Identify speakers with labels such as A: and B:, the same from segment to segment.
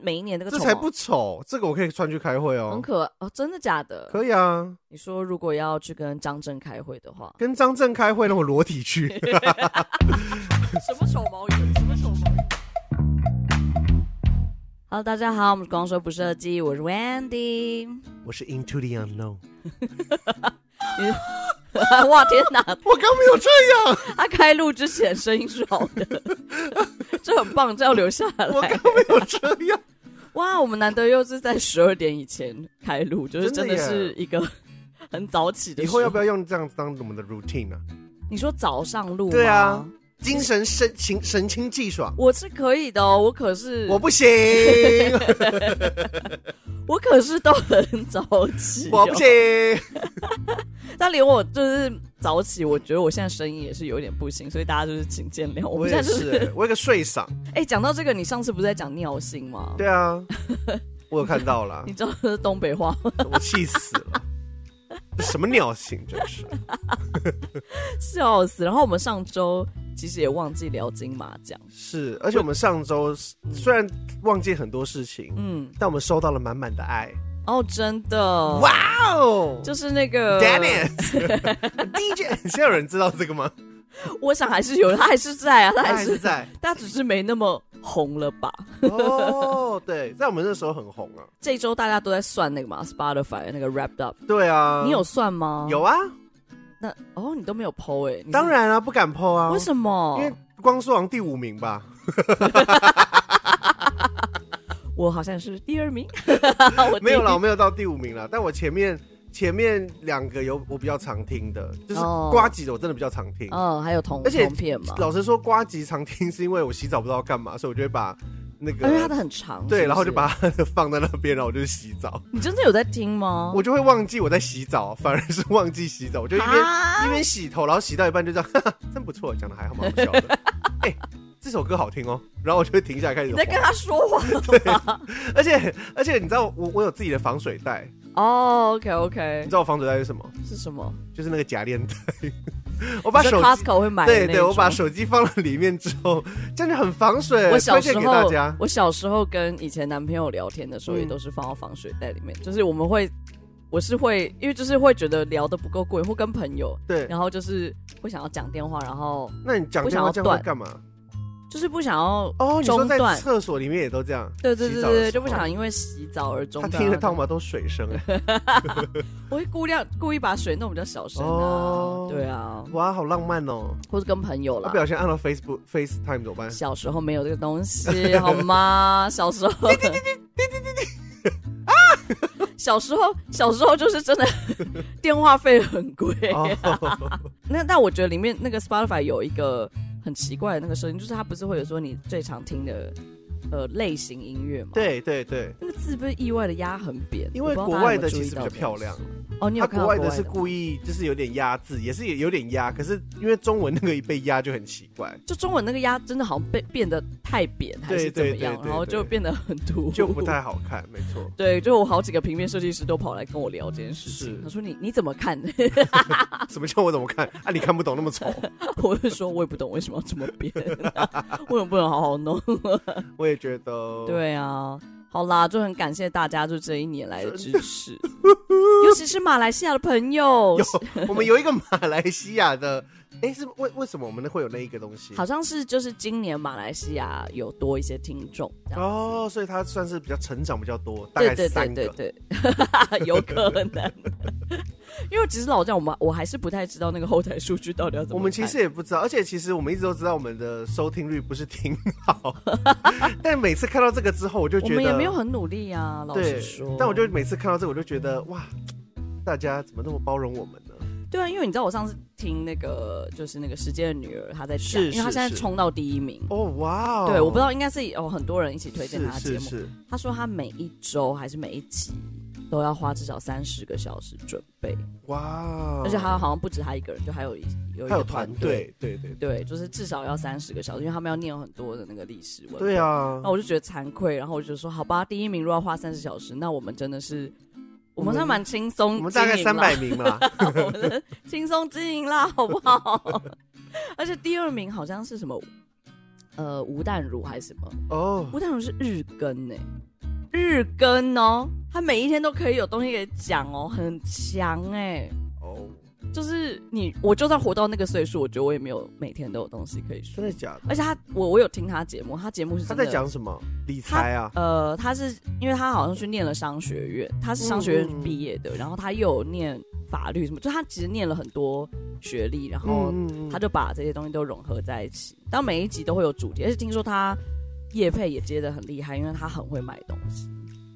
A: 每一年那个
B: 这
A: 丑
B: 才
A: 毛
B: 不丑，这个我可以穿去开会
A: 很
B: 哦，
A: 可哦，真的假的？
B: 可以啊。，
A: 你说如果要去跟张震开会的话
B: 跟张震开会，那我裸体去。
A: 什么丑毛人？什么丑毛 Hello，大家好，我们是光说不设计，我是 Wendy。
B: 我是 into the unknown。
A: 哇，天哪！
B: 我刚没有这样，
A: 他开录之前声音是好的， 这很棒，这要留下
B: 我
A: 来。
B: 刚没有这样。
A: 哇，我们难得又是在十二点以前开录，就是真
B: 真
A: 的
B: 的耶
A: 是一个很早起的
B: 以
A: 时候。
B: 后要不要用这样当我们的 routine 啊？
A: 你说早上录？
B: 对啊，精神神情神清气爽，
A: 我是可以的、哦，我可是
B: 我不行，
A: 我可是都很早起、哦
B: 我不行。。
A: 但连我就是早起，我觉得我现在声音也是有点不行，所以大家就是请见谅。哦我
B: 我
A: 们
B: 也
A: 现在就是
B: 是，我有个睡嗓。
A: 哎，讲、到这个，你上次不是在讲尿性吗？
B: 对啊，我有看 到了
A: 你，知道这是东北话吗？
B: 我气死了。这什么尿性，真是！
A: 笑死！然后我们上周其实也忘记聊金马奖，
B: 是，而且我们上周虽然忘记很多事情，
A: 嗯，
B: 但我们收到了满满的爱。
A: 哦，真的，
B: 哇哦！
A: 就是那个
B: Dennis DJ，现在有人知道这个吗？
A: 我想还是有，他还是在啊，他
B: 他
A: 还
B: 还
A: 是
B: 是，在
A: 他只是没那么红了吧？
B: 哦，对，在我们那时候很红啊。
A: 这周大家都在算那个嘛，Spotify 的那个 Wrapped Up，、
B: 对啊，
A: 你有算吗？
B: 有啊？
A: 那哦，你都没有 PO 哎、你是
B: 当、然啊，不敢 PO 啊。
A: 为什么？
B: 因为光说王第五名吧，
A: 我好像是第二名， 我
B: 没有啦，
A: 了
B: 我。没有到第五名啦。但我前面前面两个有我比较常听的，就是
A: 哦
B: 瓜吉的，我真的比较常听。
A: 嗯，还有同
B: 而且
A: 同片嘛，
B: 老实说，瓜吉常听是因为我洗澡不知道干嘛，所以我就会把那
A: 哦因为它
B: 个
A: 的很长，是不
B: 对，
A: 是
B: 然后就把它的放在那边，然后我就去洗澡，
A: 你真的有在听吗？
B: 我就会忘记我在洗澡，反而是忘记洗澡，我就一边
A: 啊
B: 一边洗头，然后洗到一半就这样， 哈哈，真不错，讲的还好蛮好 笑的。哎、这首歌好听哦，然后我就会停下来开始
A: 你
B: 滑
A: 在。跟他说话
B: 而且而且你知道我我有自己的防水袋，
A: 哦，OK
B: 你
A: OK，
B: 知道我防水袋是什么？
A: 是什么？
B: 就是那个夹链袋。我把
A: 你
B: 手
A: 说
B: 机
A: Costco 会买的
B: 对
A: 那
B: 对，我把
A: 种
B: 手机放在里面之后，真的很防水，
A: 我小
B: 推
A: 时
B: 荐给大
A: 候
B: 家，。
A: 我小时候跟以前男朋友聊天的时候，
B: 嗯
A: 也都是放到防水袋里面。就是我们会，我是会，因为就是会觉得聊得不够过瘾，或跟朋友，
B: 对，
A: 然后就是不想要讲电话，然后
B: 那你讲
A: 不
B: 电
A: 想
B: 话
A: 要
B: 这样会
A: 断
B: 干嘛？
A: 就是不想要，
B: 哦，你说
A: 中
B: 在
A: 断
B: 厕所里面也都这样？
A: 对对对
B: 洗
A: 对
B: 澡的
A: 对，
B: 时
A: 就
B: 候
A: 不想因为洗澡而中
B: 他
A: 断。啊
B: 听得到吗？都水声哎，
A: 我会故意故意把水弄比较小声啊
B: 哦，
A: 对啊，
B: 哇，好浪漫哦！
A: 或是跟朋友
B: 我
A: 啦
B: 不。小心按到 Facebook FaceTime 怎么 办？
A: 小时候没有这个东西，好 吗？小时候，啊！ 小时候，小时候就是真的 电话费很贵。
B: 哦，
A: 那但我觉得里面那个 Spotify 有一个很奇怪的那个声音，就是它不是会有说你最常听的呃类型音乐吗？，
B: 对对对，
A: 那个字被意外的压很扁，
B: 因
A: 我
B: 为
A: 不知道
B: 国
A: 大家
B: 外
A: 有没有
B: 的其
A: 注意
B: 实比
A: 到
B: 较
A: 这
B: 漂
A: 件事
B: 亮，
A: 哦， 你有
B: 他
A: 看到
B: 国外
A: 国
B: 的
A: 外
B: 是
A: 吗
B: 故意就是有点压制，也是有有点压，可是因为中文那个一被压就很奇怪，
A: 就中文那个压真的好像被变得太扁还是
B: 对
A: 怎么
B: 对
A: 样
B: 对，对
A: 然后就
B: 对
A: 变得很突兀，
B: 就不太好看，没错。
A: 对，就我好几个平面设计师都跑来跟我聊这件事情
B: 是。
A: 他说你你怎么看？
B: 什么叫我怎么看？啊，你看不懂那么丑，
A: 我就说我也不懂为什么要这么变、 为什么不能好好弄？
B: 我也觉得。，
A: 对啊，好啦，就很感谢大家就这一年来的支 持，尤其是马来西亚的朋友，
B: 有我们有一个马来西亚的，哎，是为为什么我们会有那一个东西？
A: 好像是就是今年马来西亚有多一些听众，这样
B: 哦，所以它算是比较成长比较多，大
A: 对
B: 概
A: 对
B: 三
A: 对
B: 个。
A: 对对， 有可能。因为其实老这样，我们我还是不太知道那个后台数据到底要怎么看。
B: 我们其实也不知道，而且其实我们一直都知道我们的收听率不是挺好， 但每次看到这个之后，我就
A: 我
B: 觉得
A: 们也没有很努力啊，老实
B: 对
A: 说。，
B: 但我就每次看到这个，我就觉得哇，大家怎么那么包容我们呢？
A: 对啊，因为你知道我上次听那个就是那个《时间的女儿》，她在讲，
B: 是
A: 因为她现
B: 是
A: 在
B: 是
A: 冲到第一名。
B: 哦，哇哦，
A: 对，我不知道，应该是有很多人一起推荐她的节
B: 是是
A: 目。
B: 是，
A: 她说她每一周还是每一集都要花至少三十个小时准备，
B: 哇哦，
A: 而且她好像不止她一个人，就还有一有一
B: 还
A: 个
B: 有团
A: 队。
B: 队，对对对
A: 对，就是至少要三十个小时，因为他们要念很多的那个历史文。
B: 对啊
A: 然后，我就觉得惭愧，然后我就说好吧，第一名如果要花三十小时，那我们真的是。我们
B: 我们
A: 算蛮轻松经营啦，
B: 我们大概三百 名嘛，
A: 我们轻松经营啦，好不好？而且第二名好像是什么，呃，吴淡如还是什么？
B: 哦
A: 吴淡如是日更呢、欸日更哦，他每一天都可以有东西给讲哦，很强哎、
B: 哦，
A: 就是你，我就算活到那个岁数，我觉得我也没有每天都有东西可以说
B: 真。的假的？
A: 而且他，我我有听他节目，他节目是
B: 他
A: 真的
B: 在讲什么？理财啊？
A: 呃，他是因为他好像去念了商学院，他是商学院毕业的，然后他又有念法律什么，就他其实念了很多学历，然后
B: 嗯嗯嗯
A: 他就把这些东西都融合在一起。当每一集都会有主题，而且听说他叶配也接的很厉害，因为他很会卖东西，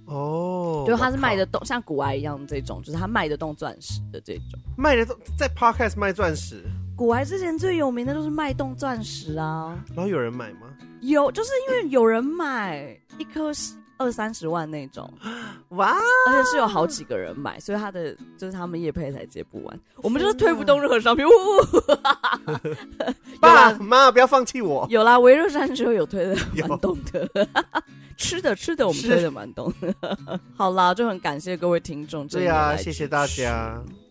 B: 哦，
A: 对，他是
B: 我靠
A: 卖得动像古埃一样这种，就是他卖得动钻石的这种。
B: 卖的都在 podcast 卖钻石，
A: 古埃之前最有名的就是卖动钻石啊，
B: 然后有人买吗？
A: 有就是因为有人买一颗是二三十万那种。
B: 啊哇，
A: 而且是有好几个人买，所以他的就是他们业配才接不完，我们就是推不动任何商品。呜呜 呜
B: 爸
A: 有啦
B: 啊妈不要放弃我，
A: 有啦，维热山丘有推的
B: 有
A: 蛮动 的，吃的吃的我们推的蛮动的。好啦，就很感谢各位听众，
B: 对
A: 呀、
B: 啊，谢谢大，家，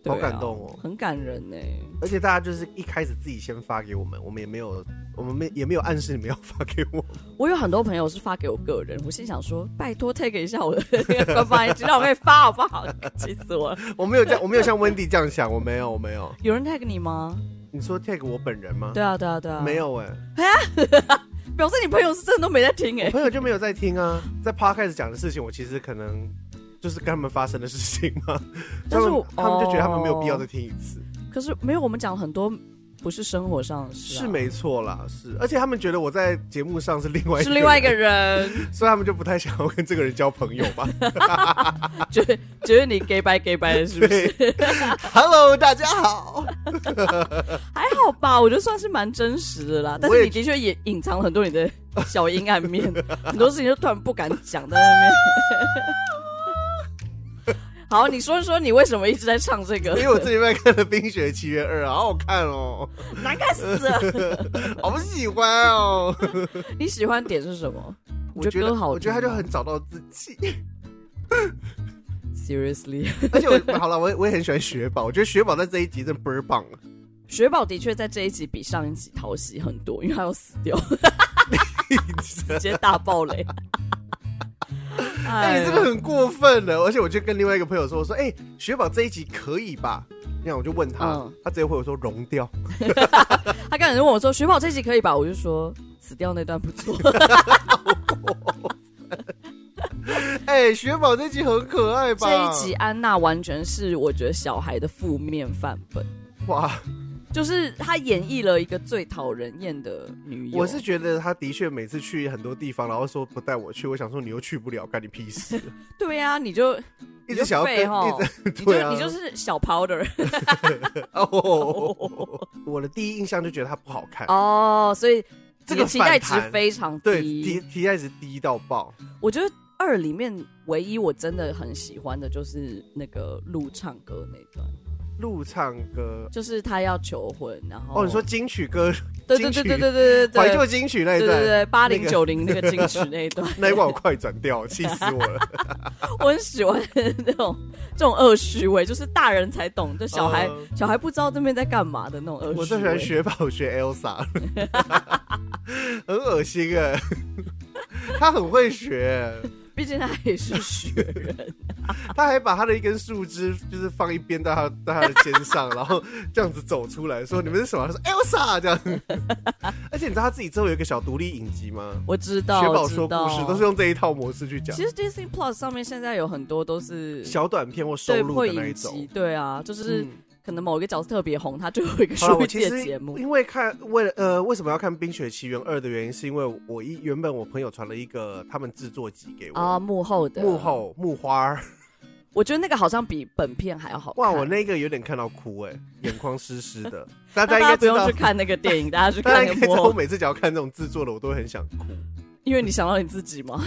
A: 对啊
B: 好感动哦。
A: 很感人呢、
B: 而且大家就是一开始自己先发给我们，我们也没有，我们没也没有暗示你们要发给我。
A: 我有很多朋友是发给我个人，我心想说，拜托 take 一下我的那个官方 IG，让我可以发好不好？气死我了！
B: 我没有这样，我没有像温迪这样想，我没有，我没有。
A: 有人 tag 你吗？
B: 你说 tag 我本人吗？
A: 对啊，对啊，对啊，
B: 嗯没，有哎、
A: 表示你朋友是真的都没在听哎、
B: 朋友就没有在听啊。在 podcast 讲的事情，我其实可能就是跟他们发生的事情嘛，
A: 但是
B: 他们
A: 我
B: 他们就觉得他们没有必要
A: 哦
B: 再听一次，
A: 可是没有，我们讲很多不是生活上的事、啊，
B: 是没错啦，是。而且他们觉得我在节目上是另外
A: 是另外一
B: 个
A: 个 人，
B: 人，所以他们就不太想要跟这个人交朋友吧。
A: 觉得觉得你 gay 白 gay 白的是不是？
B: 对，Hello，大家好。
A: 还好吧，我觉得算是蛮真实的啦。但
B: 我
A: 是
B: 也
A: 你的确也隐藏了很多你的小阴暗 面，很多事情就突然不敢讲在那边。 好，你说说你为什么一直在唱这个
B: 因？为我最近在看了《冰雪奇缘二》，好好看哦，
A: 难看死了！
B: 好喜欢 哦。
A: 你喜欢点是什么
B: 我觉
A: 你觉得歌
B: 得，
A: 好听吗
B: 我觉得他就很找到自己。
A: ？Seriously，
B: 而且我 好了，我也我也很喜欢雪宝，我觉得雪宝在这一集真的倍儿棒。
A: 雪宝的确在这一集比上一集讨喜很多，因为他要死 掉，直接大爆雷。
B: 哎、
A: 哎
B: 你这
A: 呦
B: 个很过分了！而且我就跟另外一个朋友说，我说，哎、雪宝这一集可以吧？那我就问他，
A: 嗯
B: 他直接回我说融掉。
A: 他刚才就问我说：“雪宝这集可以吧？”我就说：“死掉那段不 错。
B: 哎、雪宝这集很可爱”吧？
A: 这一集安娜完全是我觉得小孩的负面范本，
B: 哇，
A: 就是她演绎了一个最讨人厌的女友。
B: 我是觉得他的确每次去很多地方，然后说不带我去，我想说你又去不了，干你屁事！
A: 对呀、你就
B: 一直想要
A: 废
B: 跟，
A: 哈
B: 一直，
A: 你
B: 对
A: 就
B: 啊
A: 你就是小 powder
B: 哦，我的第一印象就觉得他不好看，
A: 哦，所以
B: 这个
A: 期待值
B: 反弹
A: 非常
B: 对，
A: 低
B: 提。提袋子低到爆，
A: 我觉得二里面唯一我真的很喜欢的就是那个录唱歌那段，
B: 路唱歌。
A: 就是他要求婚，然后
B: 哦，你说金曲歌，
A: 对对对对对对对对，
B: 怀旧金曲那一
A: 对对
B: 段，
A: 对，八
B: 那
A: 零
B: 个
A: 九零那个金曲那一 段，
B: 那一晚我快转掉，气死我了。
A: 我很喜欢那种这种恶虚伪，就是大人才懂，就 小孩、
B: 嗯
A: 小孩不知道对面在干嘛的那种恶虚伪。欸
B: 我最喜欢雪宝学 Elsa，很恶心哎、 他很会学，欸
A: 毕竟他也是雪 人，
B: 他还把他的一根树枝就是放一边到他到他的肩上，然后这样子走出来说：“你们是什么？”他说：“Elsa。”这样。哎 而且你知道他自己之后有一个小独立影集吗？
A: 我知道，
B: 雪宝
A: 我知
B: 说故
A: 道
B: 事都是。用这一套模式去讲
A: 其，实 Disney Plus 上面现在有很多都是
B: 小短片或收
A: 对
B: 录
A: 会
B: 的那一
A: 影
B: 种
A: 集，。对啊，就是
B: 嗯
A: 可能某一个角色特别红，他就有一个
B: 好了，
A: 属于自
B: 我其
A: 己
B: 实
A: 的节目。
B: 因为看为了呃为什么要看《冰雪奇缘二》的原因，是因为我一原本我朋友传了一个他们制作集给我，
A: 啊，幕后的
B: 幕，后木花 儿，
A: 我觉得那个好像比本片还要好看。
B: 哇，我那个有点看到哭哎、眼眶湿湿 的。
A: 那
B: 大家应
A: 大
B: 该
A: 家不
B: 知
A: 用
B: 道
A: 去，看那个 电影，大家去
B: 大家
A: 看
B: 应
A: 那
B: 该
A: 个
B: 知
A: 幕
B: 道，我
A: 后，
B: 每次只要看这种制作的，我都会很想哭，
A: 因为你想到你自己嘛。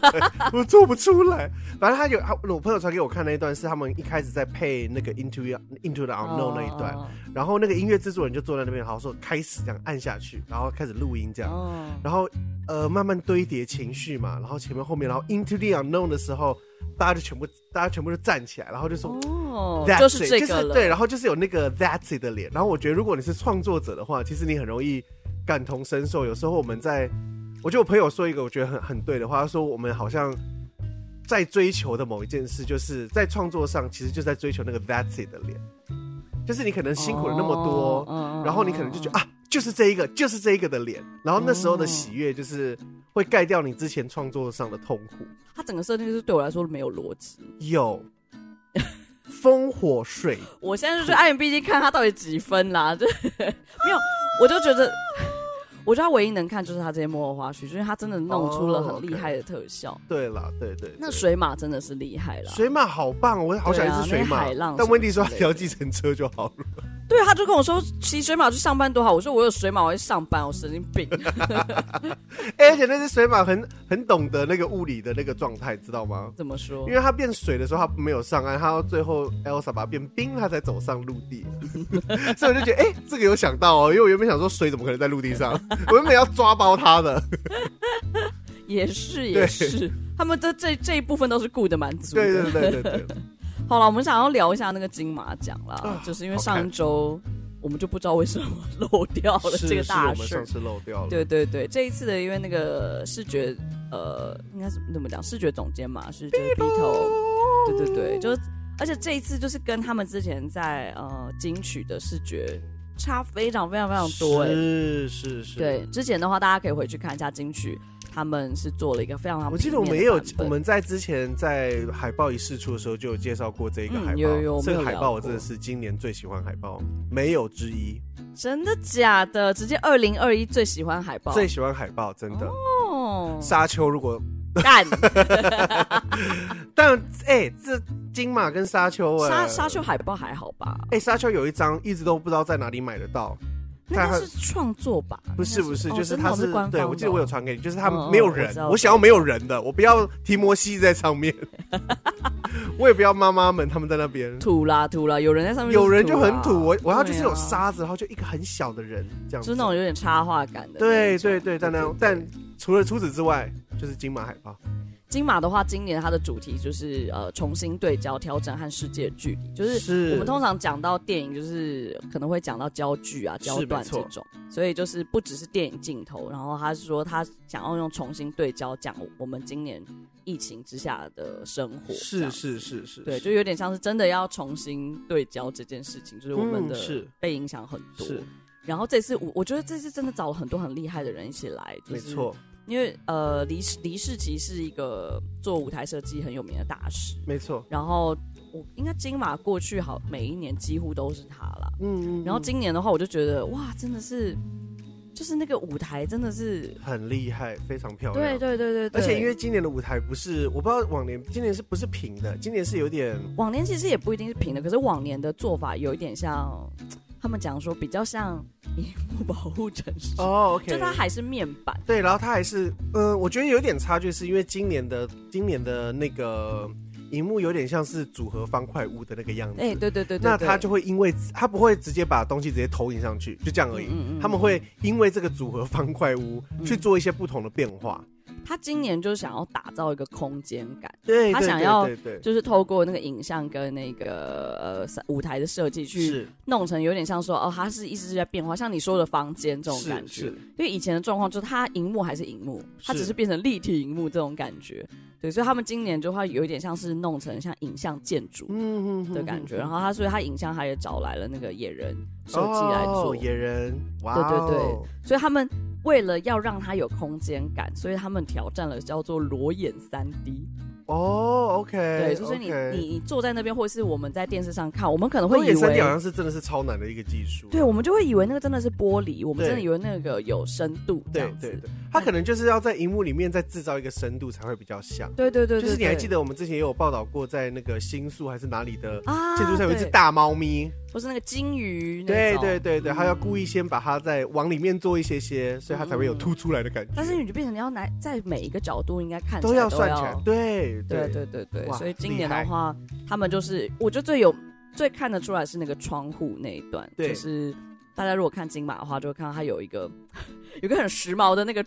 B: 我做不出来。反正他有，他我朋友传给我看那一段是他们一开始在配那个 Into Into the Unknown 那一段，
A: 哦
B: 然后那个音乐制作人就坐在那边，然后说开始这样按下去，然后开始录音这样。
A: 哦
B: 然后呃慢慢堆叠情绪嘛，然后前面后面，然后 into the unknown 的时候，大家就全部大家全部就站起来，然后就说。
A: 哦
B: That's，
A: 就是
B: it，
A: 这
B: 就
A: 个
B: 是
A: 了。
B: 对，然后就是有那个 That's it 的脸。然后我觉得，如果你是创作者的话，其实你很容易感同身受。有时候我们在，我觉得我朋友说一个我觉得很很对的话，他说我们好像在追求的某一件事，就是在创作上，其实就在追求那个 that's it 的脸，就是你可能辛苦了那么多，
A: 哦
B: 然后你可能就觉得啊，就是这一个，就是这一个的脸，然后那时
A: 哦
B: 候的喜悦就是会盖掉你之前创作上的痛苦。
A: 它整个设定就是对我来说没有逻辑。
B: 有烽火水
A: 我现在就去 IMDB 看它到底几分啦， 就没有，我就觉得，我觉得它唯一能看就是它这些幕后花絮，就是它真的弄出了
B: 哦
A: 很厉害的特效。
B: 对啦，对对
A: 那
B: 对
A: 水马真的是厉害啦，
B: 水马好棒，我好想一只水
A: 对啊
B: 马。
A: 那些海浪
B: 但温迪
A: 什
B: 说
A: 么之
B: 他
A: 类的
B: 要计程车就好了。
A: 对，他就跟我说骑水马去上班多好，我说我有水马我会上班，我神经病。
B: 哎、而且那只水马很很懂得那个物理的那个状态，知道吗？
A: 怎么说
B: 因？为它变水的时候，它没有上岸，它到最后 Elsa 把它变冰，它才走上陆 地。所以我就觉得，哎、这个有想到哦，因为我原本想说水怎么可能在陆 地上，我原本要抓包它的。
A: 也是
B: 对
A: 也是，他们这这这一部分都是顾得蛮足的。
B: 对对对对对，
A: 好了，我们想要聊一下那个金马奖啦，
B: 啊
A: 就是因为
B: 好看
A: 上一周我们就不知道为什么 漏掉了
B: 是
A: 这个
B: 是
A: 大
B: 我们
A: 事
B: 上
A: 儿。
B: 次漏掉了。
A: 对对对，这一次的因为那个视觉呃，应该是怎么讲？视觉总监嘛，是就是 Beatle，对对
B: 哦
A: 对，就是而且这一次就是跟他们之前在呃金曲的视觉差非常非常非常多哎、
B: 是是是，
A: 对，之前的话大家可以回去看一下金曲，他们是做了一个非常非常
B: 我记得
A: 平
B: 我
A: 面
B: 们
A: 的
B: 也有
A: 版，
B: 我
A: 本
B: 们在之前在海报一试出的时候就有介绍过这一个
A: 嗯
B: 海报，
A: 有有我们
B: 这个
A: 有
B: 海
A: 聊
B: 报我
A: 过
B: 真的是今年最喜欢海报，没有之一，
A: 真的假的？直接二零二一最喜欢海报，
B: 最喜欢海报，真的。
A: 哦，
B: 沙丘如果，
A: 干
B: 但哎、这金马跟沙丘哎、
A: 沙沙丘海报还好吧？
B: 哎、沙丘有一张一直都不知道在哪里买得到，
A: 那
B: 它
A: 个是创作吧？
B: 不是
A: 应
B: 不
A: 该
B: 是，
A: 哦
B: 就是
A: 真的
B: 它
A: 哦是官方的
B: 对
A: 哦
B: 我记得我有传给你，就是它
A: 嗯嗯
B: 没有
A: 我
B: 人
A: 知，道
B: 我想要没有人的，我不要 提摩西在上面， 我也不要妈妈们他们在那边。
A: 土啦土啦，有人在上面，
B: 有人就很土，
A: 土
B: 我
A: 啦，
B: 我要就是有
A: 对啊，
B: 沙子，然后就一个很小的人这样
A: 就
B: 子
A: 是那。种有点插画感的那
B: 对
A: 一种。
B: 对对，但那但除了除此之外，就是金马海报。
A: 金马的话，今年它的主题就是呃重新对焦、调整和世界距离，就是
B: 是
A: 我们通常讲到电影，就是可能会讲到焦距啊、
B: 是
A: 焦段
B: 没
A: 这
B: 错
A: 种，所以就是不只是电影镜头，然后他是说他想要用重新对焦讲我们今年疫情之下的生活，这
B: 是
A: 样
B: 是是是，
A: 对，
B: 是
A: 就有点像是真的要重新对焦这件事情，就是我们
B: 嗯
A: 的
B: 是
A: 被影响很多。
B: 是
A: 然后这次我我觉得这次真的找了很多很厉害的人一起来，就
B: 没
A: 是
B: 错
A: 因为呃，黎世黎世奇是一个做舞台设计很有名的大师，
B: 没错。
A: 然后我应该金马过去好每一年几乎都是他啦。
B: 嗯，嗯
A: 然后
B: 嗯
A: 今年的话，我就觉得哇，真的是，就是那个舞台真的是，
B: 很厉害，非常漂亮。
A: 对对对对对，
B: 而且因为今年的舞台不是，我不知道往年今年是不是平的，今年是有点
A: 往年其实也不一定是平的，可是往年的做法有一点像，他们讲说比较像荧幕保护城市，
B: 哦，OK，
A: 就它还是面板，
B: 对，然后它还是，嗯、我觉得有点差距，是因为今年的今年的那个荧幕有点像是组合方块屋的那个样子，
A: 哎、对对对对对，
B: 那他就会因为他不会直接把东西直接投影上去，就这样而已。
A: 嗯嗯嗯嗯
B: 他们会因为这个组合方块屋去做一些不同的变化。
A: 他今年就是想要打造一个空间感。
B: 对，
A: 他
B: 对
A: 想
B: 对
A: 要
B: 对对
A: 就是透过那个影像跟那个呃舞台的设计去
B: 是
A: 弄成有点像说哦，它是一直在变化，像你说的房间这种
B: 是
A: 感觉
B: 是。
A: 因为以前的状况就是它荧幕还是荧幕，它
B: 是
A: 只是变成立体荧幕这种感觉。对，所以他们今年就会有一点像是弄成像影像建筑
B: 嗯哼
A: 的感觉。然后他所以他影像他也找来了那个野人设计来做，
B: 哦、野人，哇、
A: 对对对
B: 哦，
A: 所以他们为了要让它有空间感，所以他们挑战了叫做裸眼三 D。
B: 哦，OK，
A: 对，就是你
B: OK
A: 你你坐在那边，或者是我们在电视上看，我们可能会
B: 裸
A: 以
B: 眼三 D 好
A: 为，
B: 像是真的是超难的一个技术。
A: 对，我们就会以为那个真的是玻璃，我们
B: 对
A: 真的以为那个有深度这
B: 对
A: 样子
B: 对。对，他可能就是要在荧幕里面再制造一个深度才会比较像。
A: 对对对对，
B: 就是你还记
A: 得
B: 得我们之前也有报道过，在那个新宿还是哪里的
A: 啊？
B: 建筑上有一只
A: 对，
B: 大猫咪，
A: 不是那个金鱼那
B: 对
A: 种
B: 对。对对，他要
A: 嗯
B: 故意先把它再往里面做一些些，所以它才会有凸出来的感觉。
A: 但是你就变成你要拿在每一个角度应该看起
B: 都
A: 来
B: 要
A: 要
B: 算起来，对
A: 对
B: 对
A: 对对对，
B: 哇
A: 所以今年
B: 厉害
A: 的话，他们就是我觉得最有最看得出来是那个窗户那一段，
B: 对
A: 就是大家如果看金马的话，就会看到它有一个有一个很时髦的那个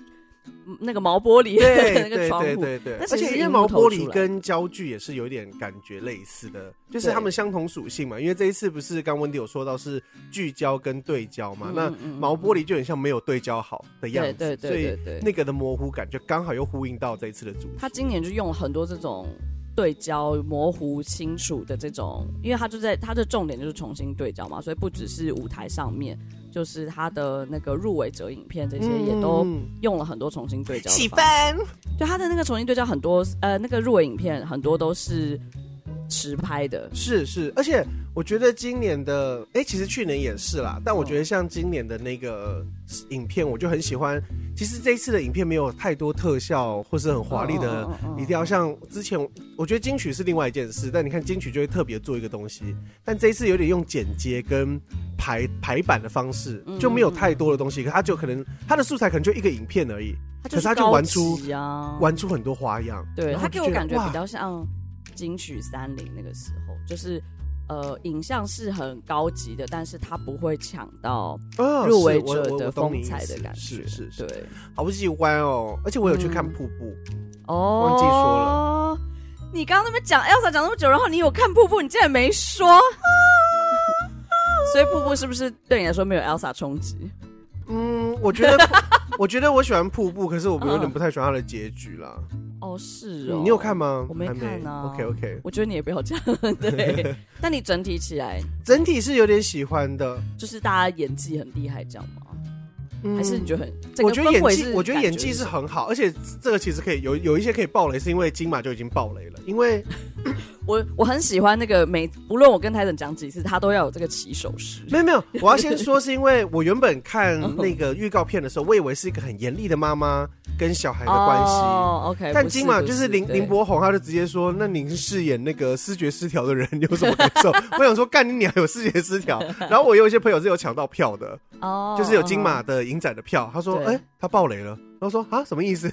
A: 嗯那个毛玻璃
B: 对
A: 那个
B: 对
A: 窗
B: 对
A: 户，
B: 对对，
A: 那其
B: 而
A: 实
B: 且
A: 是
B: 因为
A: 荧幕
B: 毛玻
A: 投出
B: 璃
A: 来
B: 跟焦距也是有一点感觉类似的，就是
A: 对
B: 它们相同属性嘛。因为这一次不是刚温迪有说到是聚焦跟对焦嘛，那毛玻
A: 璃
B: 璃就很像没有对焦好的样
A: 对
B: 子，
A: 嗯对
B: 所以
A: 对对对。
B: 那个的模糊感就刚好又呼应到这一次的主题。
A: 他今年就用了很多这种对焦模糊清楚的这种，因为它就在它的重点就是重新对焦嘛，所以不只是舞台上面，就是它的那个入围者影片这些
B: 嗯
A: 也都用了很多重新对焦的
B: 起
A: 方
B: 分
A: 式。就它的那个重新对焦很多，呃，那个入围影片很多都是实拍的，
B: 是是，而且我觉得今年的，哎、其实去年也是啦，但我觉得像今年的那个影片，我就很喜欢。其实这一次的影片没有太多特效或是很华丽的
A: 嗯嗯嗯嗯嗯
B: 一定要像之前，我觉得金曲是另外一件事，但你看金曲就会特别做一个东西，但这一次有点用剪接跟排排版的方式，
A: 嗯
B: 就没有太多的东西，可它就可能它的素材可能就一个影片而已，
A: 它
B: 可
A: 就是是
B: 它就
A: 高
B: 玩出
A: 级啊，
B: 玩出很多花样。
A: 对
B: 然后
A: 他
B: 就
A: 给我
B: 觉得
A: 感觉
B: 哇
A: 比较像金曲三零那个时候，就是呃，影像是很高级的，但是他不会抢到
B: 啊
A: 入围
B: 是我
A: 者
B: 我
A: 的
B: 我懂
A: 风
B: 你意
A: 采的
B: 思
A: 感觉。
B: 哦是是是，
A: 对，
B: 好喜欢哦！而且我有去看
A: 嗯
B: 瀑布，
A: 哦，
B: 记说
A: 了。哦你刚刚那边讲 Elsa 讲那么久，然后你有看瀑布，你竟然没说， 所以瀑布是不是对你来说没有 Elsa 冲击？
B: 嗯，我觉得， 我觉得我喜欢瀑布，可是我有点不太喜欢它的结局啦。
A: 哦，是哦，
B: 你有看？吗？
A: 我没
B: 还
A: 看啊
B: OK OK，
A: 我觉得你也不要这样， 对。但你整体起来，
B: 整体是有点喜欢的，
A: 就是大家演技很厉害，这样吗？
B: 嗯
A: 还是你觉得很？整
B: 我
A: 个
B: 觉得
A: 氛
B: 演
A: 围
B: 技，
A: 是
B: 我觉得
A: 感
B: 演技是很好，而且这个其实可以有有一些可以爆雷，是因为金马就已经爆雷了，因为
A: 我我很喜欢那个每不论我跟台长讲几次，他都要有这个起手式。
B: 没有没有，我要先说是因为我原本看那个预告片的时候，我以为是一个很严厉的妈妈跟小孩的关系，
A: 哦，OK。
B: 但
A: 不是
B: 金马
A: 不
B: 就是林
A: 对
B: 林柏宏，他就直接说：“那您饰演那个视觉失调的人有什么感 受？”我想说，干你娘有视觉失调。然后我有一些朋友是有抢到票的，
A: 哦，
B: 就是有金马的影展的票。他说：“
A: 对
B: 哎、他爆雷了。”然后说：“啊，什么 意思？”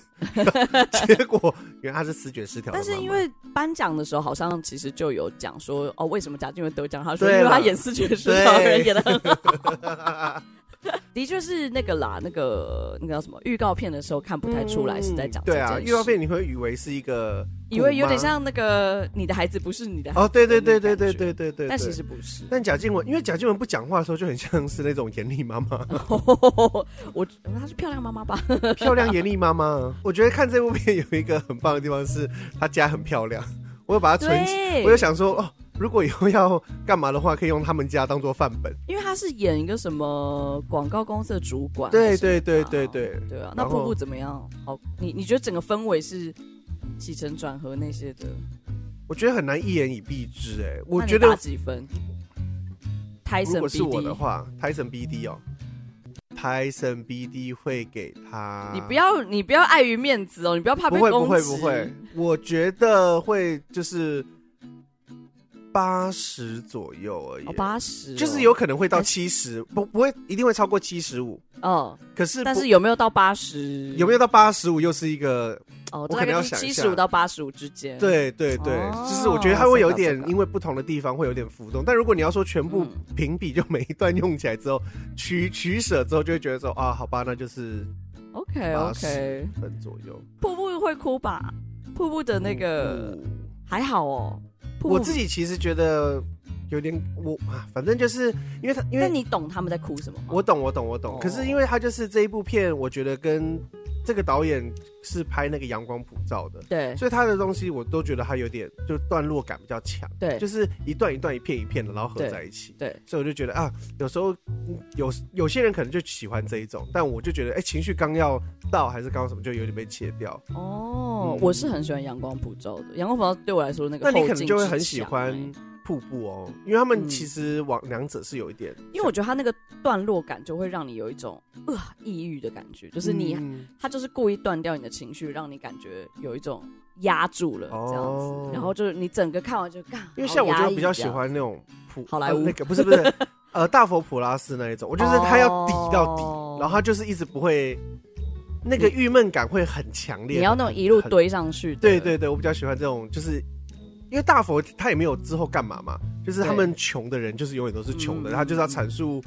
B: 结果原来他是视觉失调的
A: 哦但是
B: 妈妈。
A: 因为 颁奖的时候，好像其实就有讲说，哦，为什么贾静雯得奖？他说
B: 对
A: 因为他
B: 了
A: 演视觉失调的人
B: 对
A: 演的很 好。的确是那个啦，那个那个叫什么预告片的时候看不太出来是在讲
B: 嗯
A: 这
B: 对啊，
A: 件
B: 预告
A: 事，
B: 片你会以为是一个
A: 以为有点
B: 姑妈
A: 像那个你的孩子不是你的孩子
B: 哦，对对
A: 的那个
B: 对
A: 感
B: 对对
A: 觉
B: 对对对，
A: 但
B: 对
A: 其实不 是。
B: 但贾静雯，因为贾静雯不讲话的时候，就很像是那种严厉妈妈。
A: 我她是漂亮妈妈 吧？
B: 漂亮严厉妈妈。我觉得看这部片有一个很棒的地方是，她家很漂亮，我有把它存起。
A: 对，
B: 我就想说，哦，如果以后要干嘛的话，可以用他们家当做范本。
A: 因为他是演一个什么广告公司的主管，
B: 对
A: 哦还是
B: 对对
A: 吧
B: 对对，
A: 对啊。那
B: 然后
A: 瀑布怎么样？好，你你觉得整个氛围是起承转合那些的？
B: 我觉得很难一言以蔽之、哎，
A: 那
B: 我
A: 你
B: 觉
A: 打
B: 得
A: 几分？泰
B: 如
A: 森
B: 果是我的
A: BD，
B: 话，Tyson BD 哦，Tyson BD 会给他。
A: 你不要你不要碍于面子哦，你不要怕
B: 不
A: 被
B: 会
A: 攻
B: 不
A: 击。
B: 会不会，我觉得会就是八十左右而已、
A: 哦，八十
B: 就是有可能会到
A: 但
B: 七十，不不会一定会超过七十五，
A: 哦，
B: 可是
A: 但
B: 不
A: 是有没有到八十？
B: 有没有到八十五又是一个
A: 哦，
B: 我可
A: 大
B: 能
A: 概
B: 要
A: 七
B: 想一
A: 十五
B: 下
A: 到八十五之间。
B: 对对对，
A: 哦
B: 就是我觉得它会有一点
A: 这个
B: 因为不同的地方会有点浮动，但如果你要说全部
A: 嗯
B: 评比，就 每一段用起来之后取取舍之后，就会觉得说啊，好吧，那就是
A: ，OK
B: 80
A: OK，
B: 分左右。
A: 瀑布会哭吧？瀑布的那个。
B: 嗯
A: 还好哦。瀑布
B: 我自，己其实觉得有点我啊，反正就是因为他因为
A: 但你懂他们在哭什么吗？
B: 我懂，我懂，我懂。
A: 哦
B: 可是因为他就是这一部片，我觉得跟这个导演是拍那个《阳光普照》的，
A: 对
B: 所以他的东西我都觉得他有点就段落感比较强，
A: 对
B: 就是一段一段、一片一片的，然后合
A: 对
B: 在一起。
A: 对，
B: 所以我就觉得啊，有时候嗯有有些人可能就喜欢这一种，但我就觉得，哎、情绪刚要到还是刚要什么，就有点被切掉。
A: 哦
B: 嗯，
A: 我是很喜欢阳光普照的。阳光普照对我来说那个
B: 那
A: 后
B: 你
A: 劲
B: 可能就会很
A: 之
B: 喜
A: 强
B: 欢
A: 欸
B: 瀑布哦，因为他们
A: 嗯
B: 其实往两者是有一点，
A: 因为我觉得他那个段落感就会让你有一种呃抑郁的感觉，就是你
B: 嗯
A: 他就是故意断掉你的情绪，让你感觉有一种压住了这样
B: 哦
A: 子，然后就是你整个看完就干，
B: 因为像我
A: 好压
B: 就
A: 抑
B: 比较
A: 这
B: 喜
A: 样
B: 欢那种普
A: 好莱坞
B: 呃那个不是不是，呃，大佛普拉斯那一种，我就是他要抵到底，
A: 哦
B: 然后他就是一直不会，那个郁闷感会很强烈。
A: 你要那种一路
B: 很，
A: 堆上去的，
B: 对对对，我比较喜欢这种，就是因为大佛他也没有之后干嘛嘛，就是他们穷的人就是永远都是穷的，
A: 嗯
B: 他就是要阐述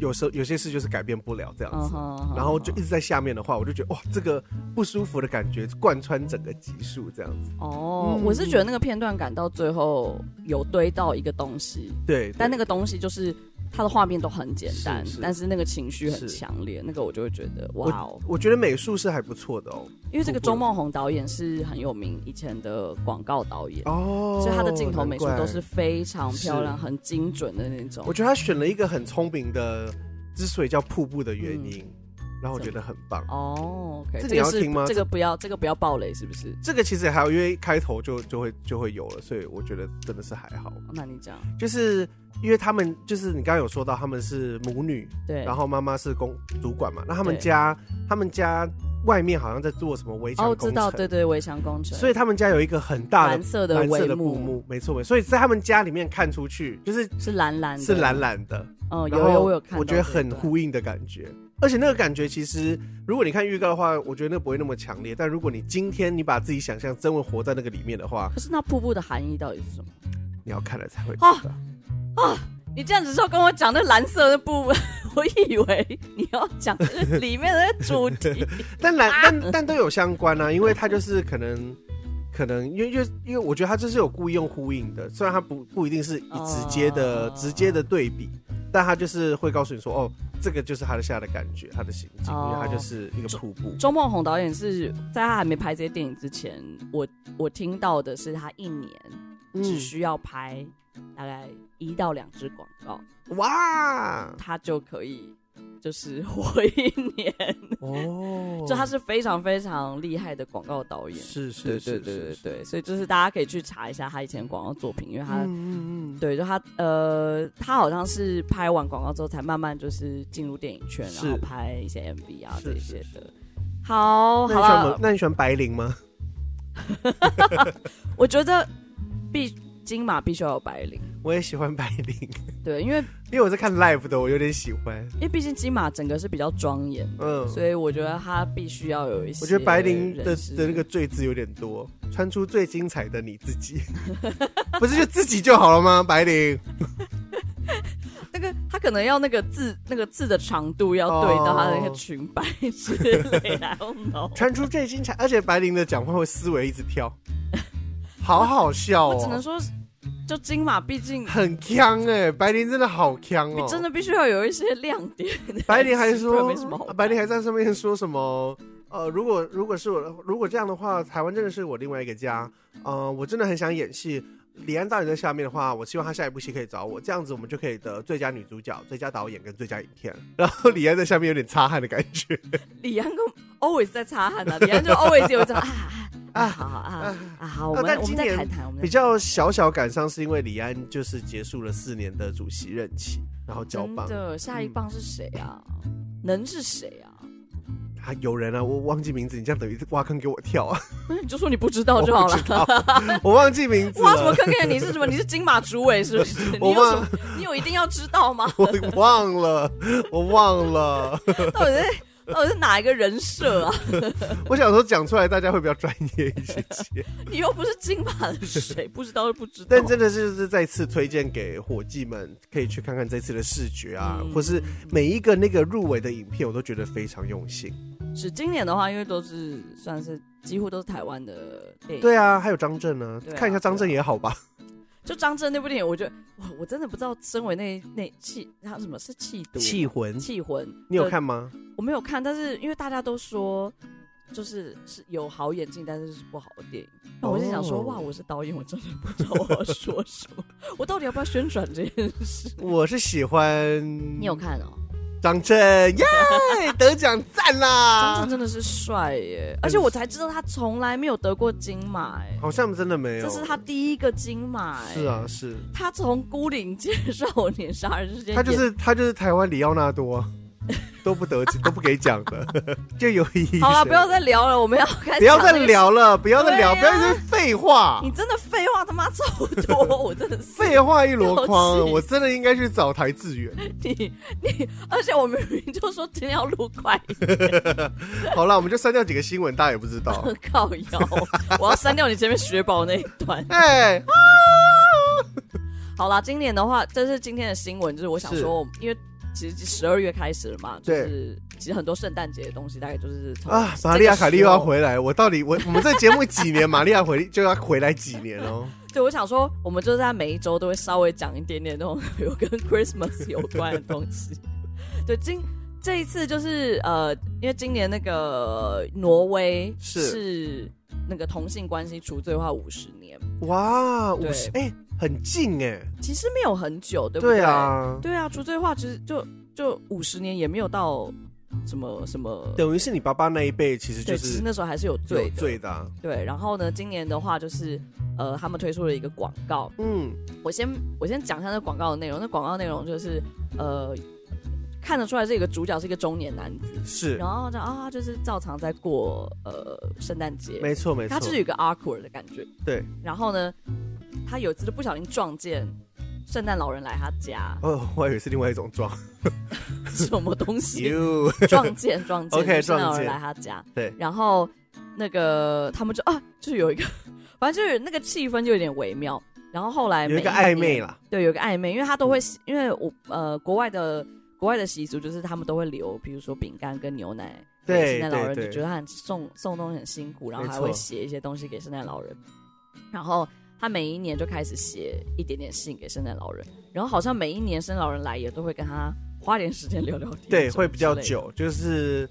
B: 有时候有些事就是改变不了这样
A: 嗯
B: 子。
A: 哼，
B: 然后就
A: 嗯
B: 一直在下面的话，我就觉得哇，这个不舒服的感觉贯穿整个集数这样子。
A: 哼哦，
B: 嗯
A: 我是觉得那个片段感到最后有堆到一个东西，
B: 对，
A: 但那个
B: 个
A: 东西就是它的画面都很简单，
B: 是是
A: 但是那个情绪很
B: 是
A: 强烈，那个我就会觉得哇哦，
B: 我觉得美术是还不错的哦。
A: 因为这个
B: 不会
A: 周梦红导演是很有名以前的广告导演，
B: 哦，
A: 所以他的镜头美术
B: 难怪
A: 都是非常漂亮、
B: 是
A: 很精准的那种
B: 我。觉得他选了一个很聪明的，之所以叫瀑布的原因，
A: 嗯
B: 然后我觉得很棒。
A: 哦，OK，
B: 这
A: 这
B: 你要
A: 个是
B: 听吗
A: 这个不要，这个不要暴雷，是不是？
B: 这个其实还有，因为开头就就会就会有了，所以我觉得真的是还好。
A: 哦那你讲，
B: 就是因为他们就是你刚刚有说到他们是母女，
A: 对，
B: 然后妈妈是公主管嘛，那他们
A: 对
B: 家他们家外面好像在做什么围墙
A: 哦，
B: 工
A: 我
B: 程，
A: 知道，对对，围墙工程，
B: 所以他们家有一个很大的
A: 蓝色的
B: 蓝色
A: 帷
B: 的布幕，没错没错，所以在他们家里面看出去就是
A: 是蓝蓝的，
B: 是蓝，蓝的，
A: 哦，有
B: 然后
A: 有我有看到，
B: 我觉得很
A: 对对
B: 呼应的感觉。而且那个感觉，其实如果你看预告的话，我觉得那不会那么强烈。但如果你今天你把自己想象真的活在那个里面的话，
A: 可是那瀑布的含义到底是什么？
B: 你要看了才会知道。
A: 哦你这样子说跟我讲那蓝色的部分， 我以为你要讲这个里面的主题。
B: 但
A: 啊
B: 蓝但但都有相关啊，因为它就是可能可能因为因为因为我觉得它就是有故意用呼应的，虽然它不不一定是以直接的、
A: 哦
B: 直接的对比，但它就是会告诉你说，哦，这个就是它的下的感觉，它的行径，
A: 哦
B: 因为它就是一个瀑布。
A: 周梦红导演是在他还没拍这些电影之前，我我听到的是他一年
B: 嗯
A: 只需要拍大概一到两支广告，
B: 哇
A: 他就可以就是活一年。
B: 哦
A: 就他是非常非常厉害的广告导演，
B: 是是
A: 对对
B: 是是
A: 对对
B: 是
A: 对，所以就是大家可以去查一下他以前的广告作品，因为他
B: 嗯嗯嗯，
A: 对，就他呃，他好像是拍完广告之后才慢慢就是进入电影圈，然后
B: 是
A: 拍一些 MV 啊
B: 是
A: 这一些
B: 是
A: 的。好，
B: 那
A: 好啊
B: 你喜欢
A: 了
B: 吗，那你喜欢白灵吗？
A: 我觉得必金马必须要有白领，
B: 我也喜欢白灵，
A: 对，因为
B: 因为我是看 live 的，我有点喜欢。
A: 因为毕竟金马整个是比较庄严，
B: 嗯，
A: 所以我觉得他必须要有一些。
B: 我觉得白灵的的
A: 的
B: 那个罪字有点多，穿出最精彩的你自己， 不是就自己就好了吗？白灵，
A: 那个，他可能要那个字那个字的长度要对到他的那个
B: 哦
A: 裙摆之类的，I don't know。
B: 穿出最精彩，而且白灵的讲话会思维一直 跳，好好笑
A: 我只能
B: 哦，
A: 说，就金马毕竟
B: 很呛哎、白灵真的好呛哦，
A: 真的必须要有一些亮点。
B: 白灵还
A: 不然
B: 说啊
A: 没什么好，
B: 白灵还在上面说什么？呃，如果如果是我，如果这样的话，台湾真的是我另外一个家。呃，我真的很想演戏。李安导演在下面的话，我希望他下一部戏可以找我，这样子我们就可以得最佳女主角、最佳导演跟最佳影片。然后李安在下面有点擦汗的感觉，
A: 李安跟 always 在擦汗啊，李安就 always 有一种啊啊啊好好啊啊好，我
B: 哦但
A: 们我们
B: 今
A: 再
B: 年
A: 谈谈，我们
B: 比较小小感伤，是因为李安就是结束了四年的主席任期，然后
A: 再
B: 交棒嗯
A: 真。的下一棒是谁啊？能是谁啊？
B: 啊，有人啊，我忘记名字，你这样等于挖坑给我跳啊！
A: 不是你就说你不知道就好
B: 我
A: 了
B: 不。知道，我忘记名字
A: 挖什么
B: 了，
A: 坑啊给你？是什么？你是金马主委是不 是？你
B: 我
A: 有什
B: 忘
A: 么？你有一定要知道吗？
B: 我忘了，我忘了。
A: 到底是到底是哪一个人设啊？
B: 我想说讲出来大家会比较专业一些些，
A: 你又不是金马的谁，不知道就不知道
B: 但。真的是就是再次推荐给伙计们，可以去看看这次的视觉啊，
A: 嗯
B: 或是每一个那个入围的影片，我都觉得非常用心。
A: 是今年的话，因为都是算是几乎都是台湾的电影。
B: 对啊，还有张震呢、
A: 对啊
B: 看一下张震也好吧。
A: 就张震那部电影，我觉得我我真的不知道，身为那那气他什么是气毒
B: 气魂，
A: 气魂，
B: 你有看
A: 啊
B: 吗？
A: 对？我没有看，但是因为大家都说。就是是有好演技，但是是不好的电影。那我就想说
B: 哦
A: 哇，我是导演，我真的不知道我要说什么，我到底要不要宣传这件 事？
B: 我是喜欢
A: 你有看哦？
B: 张震耶， 得奖赞
A: 张
B: 啦
A: 震！真的是帅
B: 啊
A: 耶，而且我才知道他从来没有得过金马哎，
B: 好像真的没有，
A: 这是他第一个金马哎。
B: 是，啊是，
A: 他从《孤岭街少年杀人事件》
B: 他就是他就是台湾里奥 纳多。都不得都不给奖的， 就有意义。
A: 好啊了，不要再聊了，我们要开始
B: 不要
A: 讲
B: 再
A: 这个
B: 聊了，不要再聊，
A: 对啊
B: 不要一堆废话
A: 你，真的废话他妈超多，我真的是
B: 废话一箩
A: 要
B: 筐，
A: 气
B: 我真的应该去找台志远。
A: 你你，而且我明明就说今天要录快一点，
B: 好了，我们就删掉几个新闻，大家也不 知道。
A: 靠腰， 我要删掉你前面雪宝那一段。
B: 哎，
A: 好啦，今年的话，这是今天的新闻，就是我想说，因为其实十二月开始了嘛，就
B: 对
A: 是其实很多圣诞节的东西大概就是从
B: 啊，玛利亚凯莉又要，回来，我到底我我们这节目几年，玛利亚回就要回来几年哦？
A: 对，我想说我们就是在每一周都会稍微讲一点点那种 有跟 Christmas 有关的东西。对，今这一次就是呃，因为今年那个挪威
B: 是
A: 是那个同性关系除罪化五十年，
B: 哇，
A: 对
B: 五十哎，很近哎，
A: 其实没有很久，对不
B: 对啊，
A: 对啊，除罪化其实就就五十年也没有到什么什么，
B: 等于是你爸爸那一辈其实
A: 对，
B: 就
A: 其实
B: 是
A: 那时候还是有罪
B: 有
A: 的。
B: 罪的啊，
A: 对，然后呢，今年的话就是呃，他们推出了一个广告，
B: 嗯，
A: 我先我先讲一下那广告的内容。那广告内容就是呃，看得出来这个主角是一个中年男子，
B: 是
A: 然，后呢啊，就是照常在过呃圣诞节，
B: 没错没错
A: 他就，是有一个 awkward 的感觉。
B: 对，，
A: 然后呢，他有一次就不小心撞见圣诞老人来他家
B: 哦，我还以为是另外一种妆，
A: 什么东西？
B: 哟，
A: 撞见撞见
B: OK，
A: 就是那种
B: 撞
A: 人
B: 见
A: 来他家，
B: 对
A: 然后那个他们就啊，就是有一个， 反正就是那个气氛就有点微妙。然后后来
B: 有一个
A: 每年
B: 暧昧，啦，
A: 对，有一个暧昧，因为他
B: 嗯
A: 都会，因为我呃，国外的国外的习俗就是他们都会留，比如说饼干跟牛奶。给
B: 对
A: 圣诞老人
B: 对
A: 就觉
B: 对，
A: 得他很送送东西很辛苦，然后
B: 没
A: 还
B: 错
A: 会写一些东西给圣诞老人。然后他每一年就开始写一点点信给圣诞老人，然后好像每一年圣诞老人来也都会跟他花点时间聊聊天，
B: 对
A: 什么
B: 会比较
A: 之类的
B: 久，就是。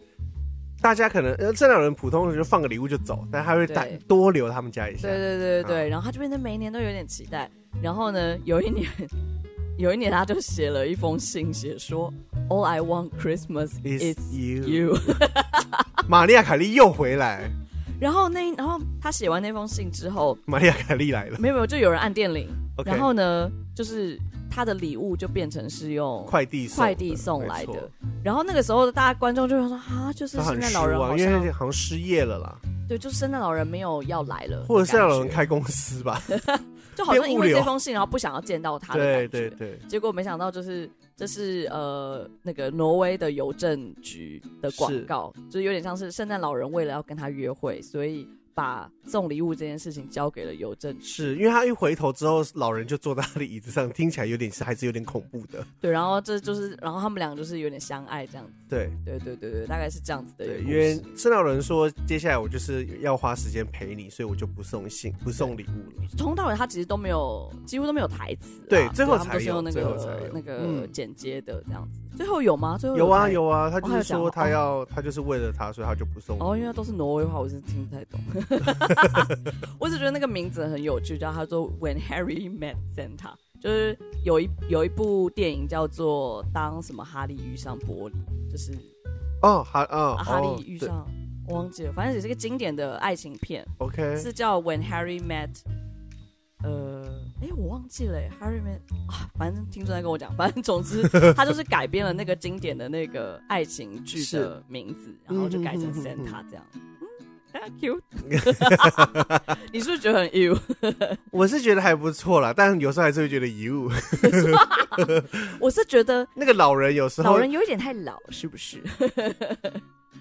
B: 大家可能呃，这两人普通人就放个礼物就走，但他会
A: 对
B: 带多留他们家一下。
A: 对对对对
B: 嗯
A: 对，然后他就变得每一年都有点期待。然后呢，有一年， 有一年他就写了一封信，写说 “All I want Christmas
B: Is
A: is
B: you，
A: you”。
B: 玛利亚凯莉又回来，
A: 然后那然后他写完那封信之后，
B: 玛利亚凯莉来了。
A: 没有没有，就有人按电铃。
B: OK，
A: 然后呢，就是他的礼物就变成是用。
B: 快递送的
A: 快递送来，
B: 没
A: 的
B: 错，
A: 然后那个时候大家观众就会说啊，就是
B: 他
A: 圣
B: 很
A: 诞
B: 失
A: 老人好
B: 望，因为
A: 像
B: 他好像失业了啦，
A: 对，就是圣诞老人没有要来了的感觉，
B: 或者圣诞老人开公司吧。
A: 就好像因为
B: 变物流
A: 这封信，然后不想要见到他的感
B: 对
A: 觉。
B: 对对，
A: 结果没想到就是这是呃那个挪威的邮政局的广告，就是有点像是圣诞老人为了要跟他约会，所以把送礼物这件事情交给了邮政局。
B: 是因为他一回头之后，老人就坐在他的椅子上，听起来有点是还是有点恐怖的。
A: 对，然后这就是，然后他们俩就是有点相爱这样子。
B: 对
A: 对对对对，大概是这样子的一个
B: 对，
A: 故
B: 因
A: 事。
B: 为圣诞老人说接下来我就是要花时间陪你，所以我就不送信，不送礼物了。
A: 从头到尾他其实都没有，几乎都没有台词啊。
B: 对最后
A: 他们都是
B: 才有
A: 用那
B: 最后才
A: 个
B: 有
A: 那个
B: 嗯
A: 剪接的这样子。最后有吗？最后
B: 有啊
A: 台。
B: 有啊，他就
A: 还有
B: 是
A: 讲
B: 说
A: 哦
B: 他要他就是为了他，所以他就不送礼物。
A: 哦，因为都是挪威话，我真的听不太懂。我只觉得那个名字很有趣，叫他做 When Harry Met Santa，就是有一有一部电影叫做《当什么哈利遇上玻璃》，就是、
B: 哦哈啊
A: 啊、哈利遇上、我忘记了，反正也是个经典的爱情片，
B: OK
A: 是叫 When Harry Met。呃，哎，我忘记了，Harry Met 啊，反正听众在跟我讲， 反正总之他就是改编了那个经典的那个爱情剧的
B: 是
A: 名字，然后就改成
B: 嗯嗯嗯嗯
A: Santa 这样。嗯，Thank you。你是不是觉得 很 you？
B: 我是觉得还不错啦，但有时候还是会觉得遗物。
A: 我是觉得
B: 那个老人有时
A: 老
B: 候，
A: 人有一点太老，是不是？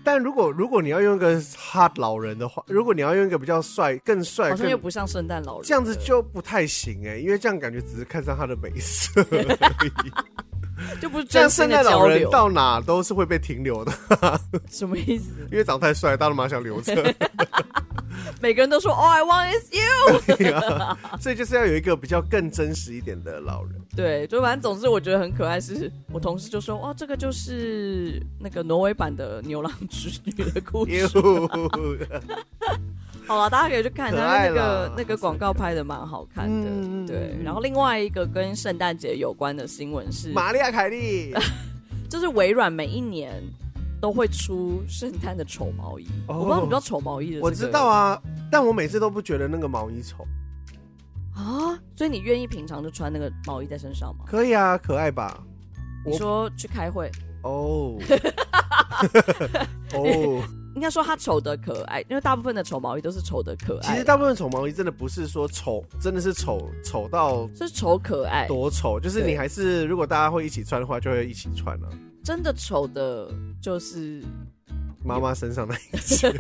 B: 但如果如果你要用一个 hot 老人的话，如果你要用一个比较帅、更 帅、
A: 好像又
B: 更
A: 不像圣诞老人了，
B: 这样子就不太行哎、因为这样感觉只是看上他的美 色而已。
A: 就不是
B: 这
A: 真
B: 样
A: 心
B: 圣
A: 的
B: 诞
A: 交
B: 老人
A: 流，
B: 到哪都是会被停留的，
A: 什么意思？
B: 因为长太帅，大家都蛮想留着。
A: 每个人都说 All I want is you。
B: 所以就是要有一个比较更真实一点的老人。
A: 对，就反正总之我觉得很可爱是，我同事就说哇，这个就是那个挪威版的牛郎织女的故 事。好了，大家可以去看一
B: 可
A: 下
B: 爱
A: 那个
B: 啦
A: 那个广告拍的蛮好看的。
B: 嗯
A: 对，然后另外一个跟圣诞节有关的新闻是，
B: 嗯玛利亚凯莉
A: 嗯就是微软每一年都会出圣诞的丑毛衣。
B: 哦
A: 我不知道你知道丑毛衣的、
B: 我知道
A: 啊
B: 啊，但我每次都不觉得那个毛衣丑。
A: 啊，所以你愿意平常就穿那个毛衣在身上吗？
B: 可以啊，可爱吧？
A: 你说去开会，
B: 哦， 哦，
A: 应该说它丑的可爱，因为大部分的丑毛衣都是丑的可爱，
B: 其实大部分丑毛衣真的不是说丑，真的是丑丑到
A: 是丑可爱。
B: 多丑，就是
A: 对
B: 你还是如果大家会一起穿的话，就会一起穿啊。
A: 真的丑的，就是
B: 妈妈身上那一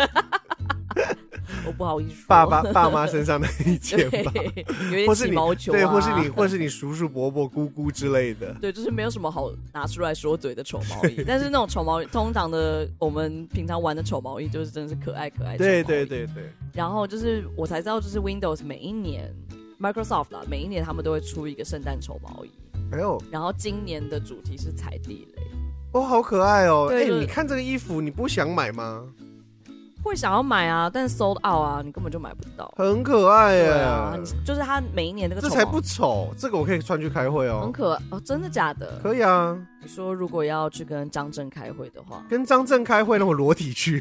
A: 我不好意思说。
B: 爸爸爸妈身上的一切
A: 对
B: 吧，，
A: 有
B: 或
A: 点
B: 是
A: 起
B: 你
A: 毛球、啊，
B: 对，或是你，或是你叔叔伯伯姑姑之类的。
A: 对，就是没有什么好拿出来说嘴的丑毛 衣。但是那种丑毛衣，通常的我们平常玩的丑毛衣，就是真的是可爱可爱的。
B: 对对。对对，
A: 然后就是我才知道，就是 Windows 每一年 Microsoft 啦，每一年他们都会出一个圣诞丑毛衣。
B: 哎呦，
A: 然后今年的主题是踩地雷，
B: 哇，好可爱哦！
A: 对
B: 哎，
A: 就是
B: 你看这个衣服，你不想买吗？
A: 会想要买啊，但 sold out 啊，你根本就买不到。
B: 很可爱
A: 对
B: 耶，
A: 啊，你就是它每一年那个
B: 这
A: 丑
B: 才
A: 毛
B: 不丑，这个我可以穿去开会
A: 很
B: 哦。
A: 可哦，真的假的？
B: 可以啊，，
A: 你说如果要去跟张震开会的话
B: 跟张震开会，那我裸体去，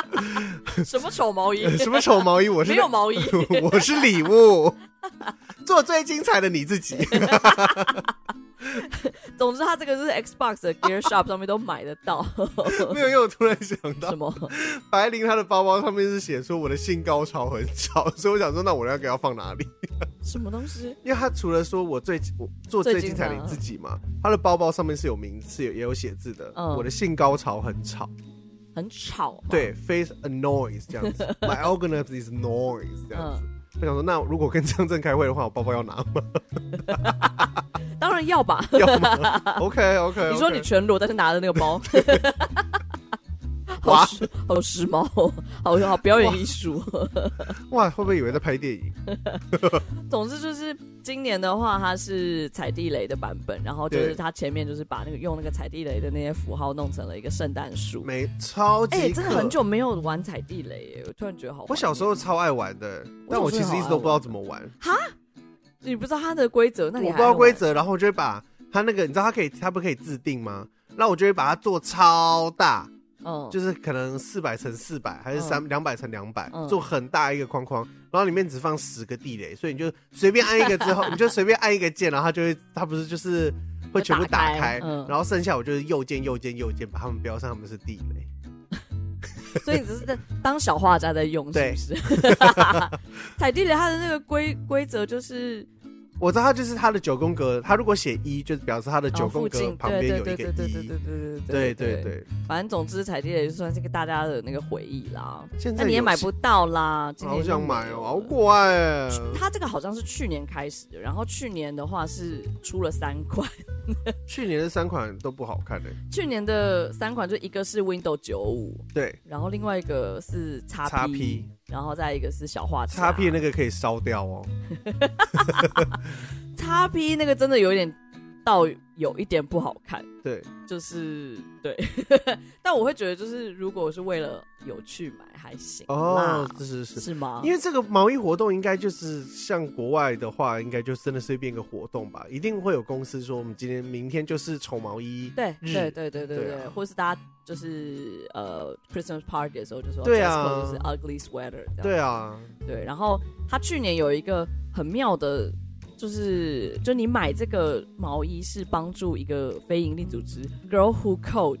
A: 什么丑 毛衣？
B: 什么丑毛衣？我是
A: 没有毛衣，
B: 我是礼物，做最精彩的你 自己。
A: 总之，它这个就是 Xbox 的 Gear Shop 上面都买得 到。
B: 没有，因为我突然想到
A: 什，么？
B: 白灵她的包包上面是写说我的性高潮很少，所以我想说，那我要给她放哪里？
A: 什么东西？
B: 因为她除了说我最我做最精彩的你自己嘛，她的包包上面是有名字，有也有写字的。
A: 嗯
B: 我的性高潮很吵，
A: 很吵啊吗，
B: 对，face a noise 这样子，my orgasm is noise 这样子。
A: 嗯，
B: 我想说，那如果跟张震开会的话，我包包要拿吗
A: 当然要吧。
B: ？OK OK，
A: 你说你全裸，但是拿着那个 包，好
B: 哇
A: 时好时髦哦，好好表演艺术。
B: 哇，会不会以为在拍电影？
A: 总之就是今年的话，它是踩地雷的版本，然后就是
B: 对
A: 它前面就是把那个用那个踩地雷的那些符号弄成了一个圣诞树。
B: 没，超级
A: 哎、真的很
B: 可
A: 久没有玩踩地雷耶，我突然觉得好。哦
B: 我小时
A: 候
B: 候超爱玩的，但我其实一直都不知道怎么玩，
A: 你不知道它的规则，那
B: 我
A: 你还
B: 不知道
A: 能
B: 规
A: 玩，
B: 则，然后我就会把它那个，你知道它可以，它不可以自定吗？那我就会把它做超大，
A: 嗯，
B: 就是可能四百乘四百，还是三两百乘两百
A: 嗯，
B: 做很大一个框框，然后里面只放十个地雷，所以你就随便按一个之后，你就随便按一个键，然后它就会，它不是就是会全部
A: 会打
B: 打
A: 开
B: 开，
A: 嗯
B: 然后剩下我就是右键右键右键，把它们标上它们是地雷。
A: 所以你只是在当小画家在用，是
B: 对
A: 不是？ 踩地雷它的那个规规则就是
B: 我知道它就是它的九宫格，它如果写一，就是表示它的九
A: 哦附
B: 宫格
A: 近
B: 旁
A: 对
B: 边
A: 对
B: 有
A: 对
B: 一
A: 对
B: 个
A: 对对
B: 一
A: 对。对对
B: 对对，对，
A: 反正总之踩地雷就算是个大家的那个回忆啦。
B: 现在
A: 那你也
B: 有
A: 买不到啦，今年
B: 好
A: 就
B: 想
A: 没
B: 买
A: 有
B: 哦，好
A: 了
B: 可爱欸！
A: 它这个好像是去年开始的，然后去年的话是出了三款，
B: 去年的三款都不好看的，
A: 去年的三款就一个是 Windows 九五，
B: 对，
A: 然后另外一个是叉
B: XP
A: 然后再一个是小画
B: 叉 P 那
A: 个
B: 个可以烧掉哦。
A: 叉 P 那个真的有一点到有一点不好看，
B: 对，
A: 就是对， 但我会觉得就是如果是为了有趣买还行
B: 哦
A: 啦，
B: 是是是，
A: 是吗？
B: 因为这个毛衣活动应该就是像国外的话，应该就真的是变个活动吧，一定会有公司说我们今天明天就是丑毛衣。
A: 对
B: 日
A: 对对对对
B: 嗯对
A: 对，
B: 啊
A: 或是大家就是呃 Christmas party 的时候就说
B: 对
A: dress
B: 啊
A: code 就是 ugly sweater 这样
B: 对啊，
A: 对，然后他去年有一个很妙的，就是就你买这个毛衣是帮助一个非营利组织 Girl Who Code，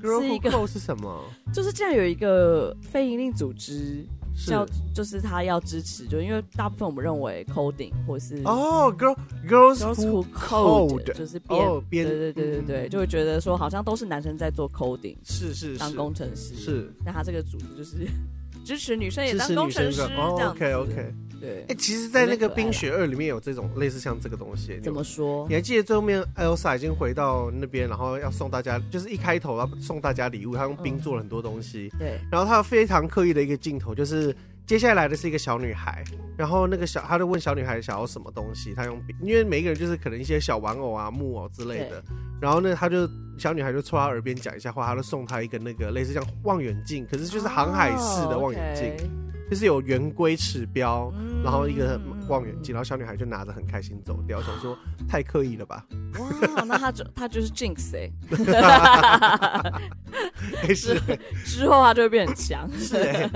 B: ，Girl
A: 是一
B: Who
A: 个
B: Code 是什么？
A: 就是竟然有一个非营利组织
B: 是
A: 叫，就是他要支持，就因为大部分我们认为 coding 或是
B: 哦，Girl Girls
A: Girls
B: Who
A: Who Code
B: Code
A: 就是编。
B: 哦
A: 对
B: 编，
A: 对对对对，就会觉得说好像都是男生在做 coding
B: 是是
A: 当
B: 是
A: 工程师，
B: 是，
A: 那他这个组织就是 支持女生也
B: 支
A: 当
B: 持
A: 工
B: 女
A: 程
B: 生
A: 师
B: 的
A: 这
B: 哦
A: 样子。
B: ，OK OK。
A: 对
B: 哎、，其实，在那个
A: 有点可爱啦
B: 《冰雪二》里面有这种类似像这个东西，
A: 怎么说
B: 哦你？还记得最后面艾欧莎已经回到那边，然后要送大家，就是一开头要送大家礼物，她用冰做了很多东西。
A: 对，
B: 然后她非常刻意的一个镜头，就是接下来的是一个小女孩，然后那个小，她就问小女孩想要什么东西，她用冰，因为每一个人就是可能一些小玩偶啊、木偶之类的。然后呢，她就小女孩就凑她耳边讲一下话，她就送她一个那个类似像望远镜，可是就是航海式
A: 哦
B: 的望远镜，
A: 镜，
B: 就是有圆规尺标，
A: 嗯
B: 然后一个望远镜，然后小女孩就拿着很开心走掉，想说太刻意了吧？
A: 哇，那他就他就是 Jinx 哎、
B: 哎是
A: 之后他就会变很强。
B: 是哎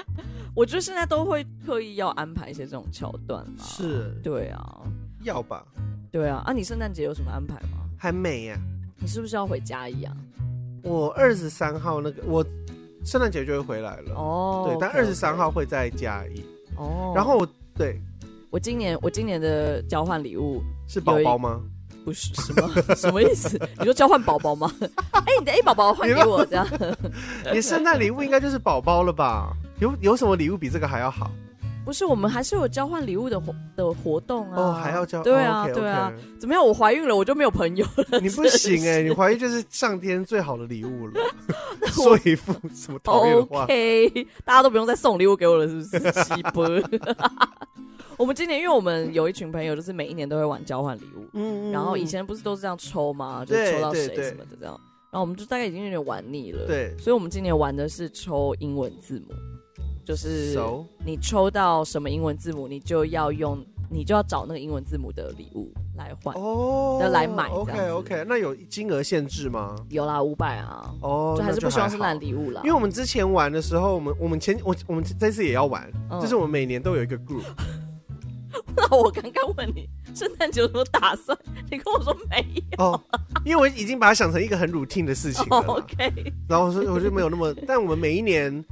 A: 我觉得现在都会刻意要安排一些这种桥段嘛。，
B: 是
A: 对啊，
B: 要吧？
A: 对啊。啊，你圣诞节有什么安排吗？
B: 还美呀、
A: 你是不是要回家一样？
B: 我二十三号那个我圣诞节就会回来了，
A: 哦，
B: 对，但
A: OK，OK
B: 二十三号会在嘉义，
A: 哦。
B: 然后我对
A: 我今年我今年的交换礼物
B: 是宝宝吗？
A: 不是什么什么意思？你说交换宝宝吗？ 哎哎、你的 A 宝宝换给我这样。
B: 你圣诞礼物应该就是宝宝了吧？有有什么礼物比这个还要好？
A: 不是，我们还是有交换礼物的活的活动啊。
B: 哦，还要交
A: 对啊
B: 哦，OK，OK
A: 对啊， 怎么样？我怀孕了，我就没有朋友了。
B: 你不行哎、
A: 真
B: 你
A: 是
B: 怀疑就是上天最好的礼 物了，说一副什么讨厌的话。
A: OK，大家都不用再送礼物给我了，是不 是？鸡巴。 我们今年，因为我们有一群朋友，就是每一年都会玩交换礼物，
B: 嗯
A: 然后以前不是都是这样抽吗？就
B: 对
A: 抽到谁
B: 对对
A: 什么的这样，然后我们就大概已经有点玩腻了。，
B: 对
A: 所以我们今年玩的是抽英文字母，就是
B: 熟
A: 你抽到什么英文字母，你就要用，你就要找那个英文字母的礼物来换。
B: 哦，
A: 要来买这
B: OK
A: 样
B: OK，那有金额限制吗？
A: 有啦，五百啊，
B: 哦，
A: 就还是
B: 那
A: 不希望是
B: 还好
A: 烂礼物啦
B: 因为。我们之前玩的时候，我们我们前我我们这次也要玩，
A: 嗯
B: 就是我们每年都有一 个 group，
A: 那 我刚刚问你圣诞节有什么打算，你跟我说没有。
B: 哦，因为我已经把它想成一个很 routine 的事情 了啦，
A: OK，
B: 然后我说我就没有那么，但我们每一年。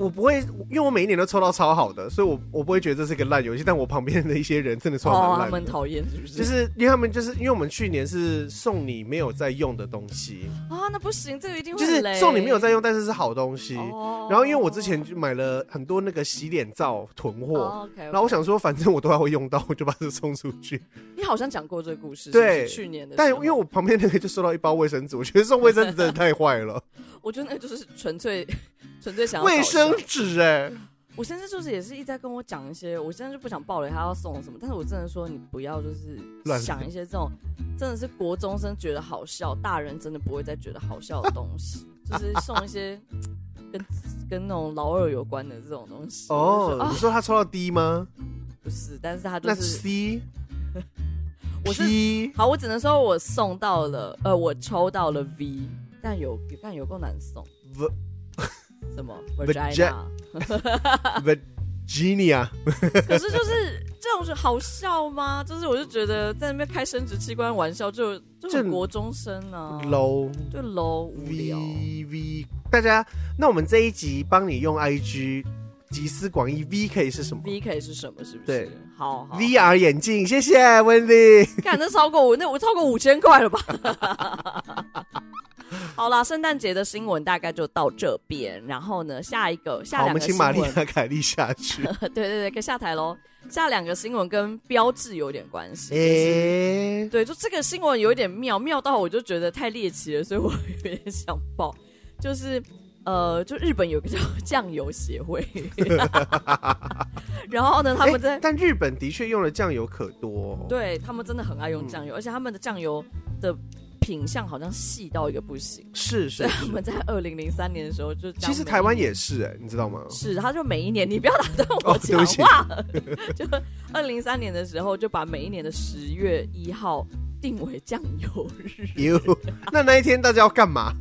B: 我不会，因为我每一年都抽到超好的，所以我我不会觉得这是一个烂游戏。但我旁边的一些人真的抽到
A: 哦，
B: 蛮
A: 他
B: 烂的
A: 们，讨厌是不是？
B: 就是因为他们就是因为我们去年是送你没有在用的东西，
A: 啊，那不行，这个一定会
B: 就是
A: 累
B: 送你没有在用，但是是好东西。
A: 哦
B: 然后因为我之前就买了很多那个洗脸皂囤货，
A: o k
B: 然后我想说反正我都要会用到，我就把这送出去。
A: 你好像讲过这个故事，
B: 对
A: 是不是去年的时
B: 但
A: 候，
B: 因为我旁边那个就收到一包卫生纸，我觉得送卫生纸真的太坏了，
A: 我觉得那个就是纯粹 纯粹 想要
B: 卫
A: 搞笑
B: 生纸哎、
A: 我先生就是也是一直在跟我讲一些，我现在就不想暴雷他要送我什么，但是我真的说你不要就是
B: 乱
A: 想一些这种真的是国中生觉得好笑，大人真的不会再觉得好笑的东 西，就是送一些跟跟那种老二有关的这种东西。 我就说
B: 哦，
A: 啊
B: 你说他抽到 D 吗？
A: 不是，但是他就
B: 那
A: 是
B: C
A: 我是
B: P
A: 好，我只能说我送到了，呃，我抽到了 V，但有但有够难送
B: V
A: 什么
B: Vagi-
A: vagina，
B: Virginia
A: 可是就是这种是好笑吗？就是我就觉得在那边开生殖器官玩笑就就
B: 这
A: 很国中生啊，
B: low
A: 就 low 无聊。
B: V V，大家，那我们这一集帮你用 I G 集思广益，V 可以是什么
A: V 可以是什么？是不
B: 对
A: 是？好好，
B: ？V R 眼镜，谢谢 Wendy。
A: 看那超过我那我超过五千块了吧？ 好啦，圣诞节的新闻大概就到这边，然后呢，下一个下
B: 好，我
A: 两
B: 们
A: 个
B: 请
A: 新
B: 玛丽
A: 闻，
B: 亚凯莉下去。
A: 对对对，可以下台喽。下两个新闻跟标志有点关系，就是
B: 诶、
A: 对，就这个新闻有一点妙，妙到我就觉得太猎奇了，所以我 有点想爆。就是呃，就日本有个叫 酱油协会， 然后 呢，他们在、
B: 诶哎但日本的确用的酱油可多、哦。，
A: 对他们真的很爱用酱
B: 嗯
A: 油，而且他们的酱油的品相好像细到一个不行。
B: 是
A: 所
B: 是
A: 以。他们在二零零三年的时候就这样
B: 其实
A: 每
B: 台湾
A: 一
B: 也是、诶，你知 道吗？
A: 是，他就每一年，你不要打断我
B: 哦对
A: 讲
B: 不起
A: 话。 就二零零三年的时候，就把每一年的十月一号定为酱油日。
B: 哟，那那一天大家要干嘛？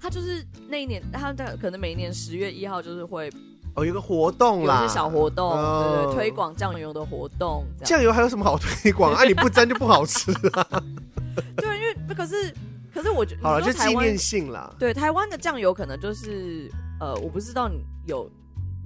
A: 他就是那一年，他的可能每一年十月一号就是会
B: 哦，有个活动
A: 有
B: 啦，
A: 一些小活动，
B: 哦
A: 对对，推广酱油的活动这样。
B: 酱油还有什么好 推广啊？你不沾就不好吃。啊
A: 对，因为可是可是我觉得
B: 好了，
A: 你
B: 就
A: 说台
B: 纪
A: 湾
B: 念性啦。
A: 对台湾的酱油可能就是呃，我不知道你有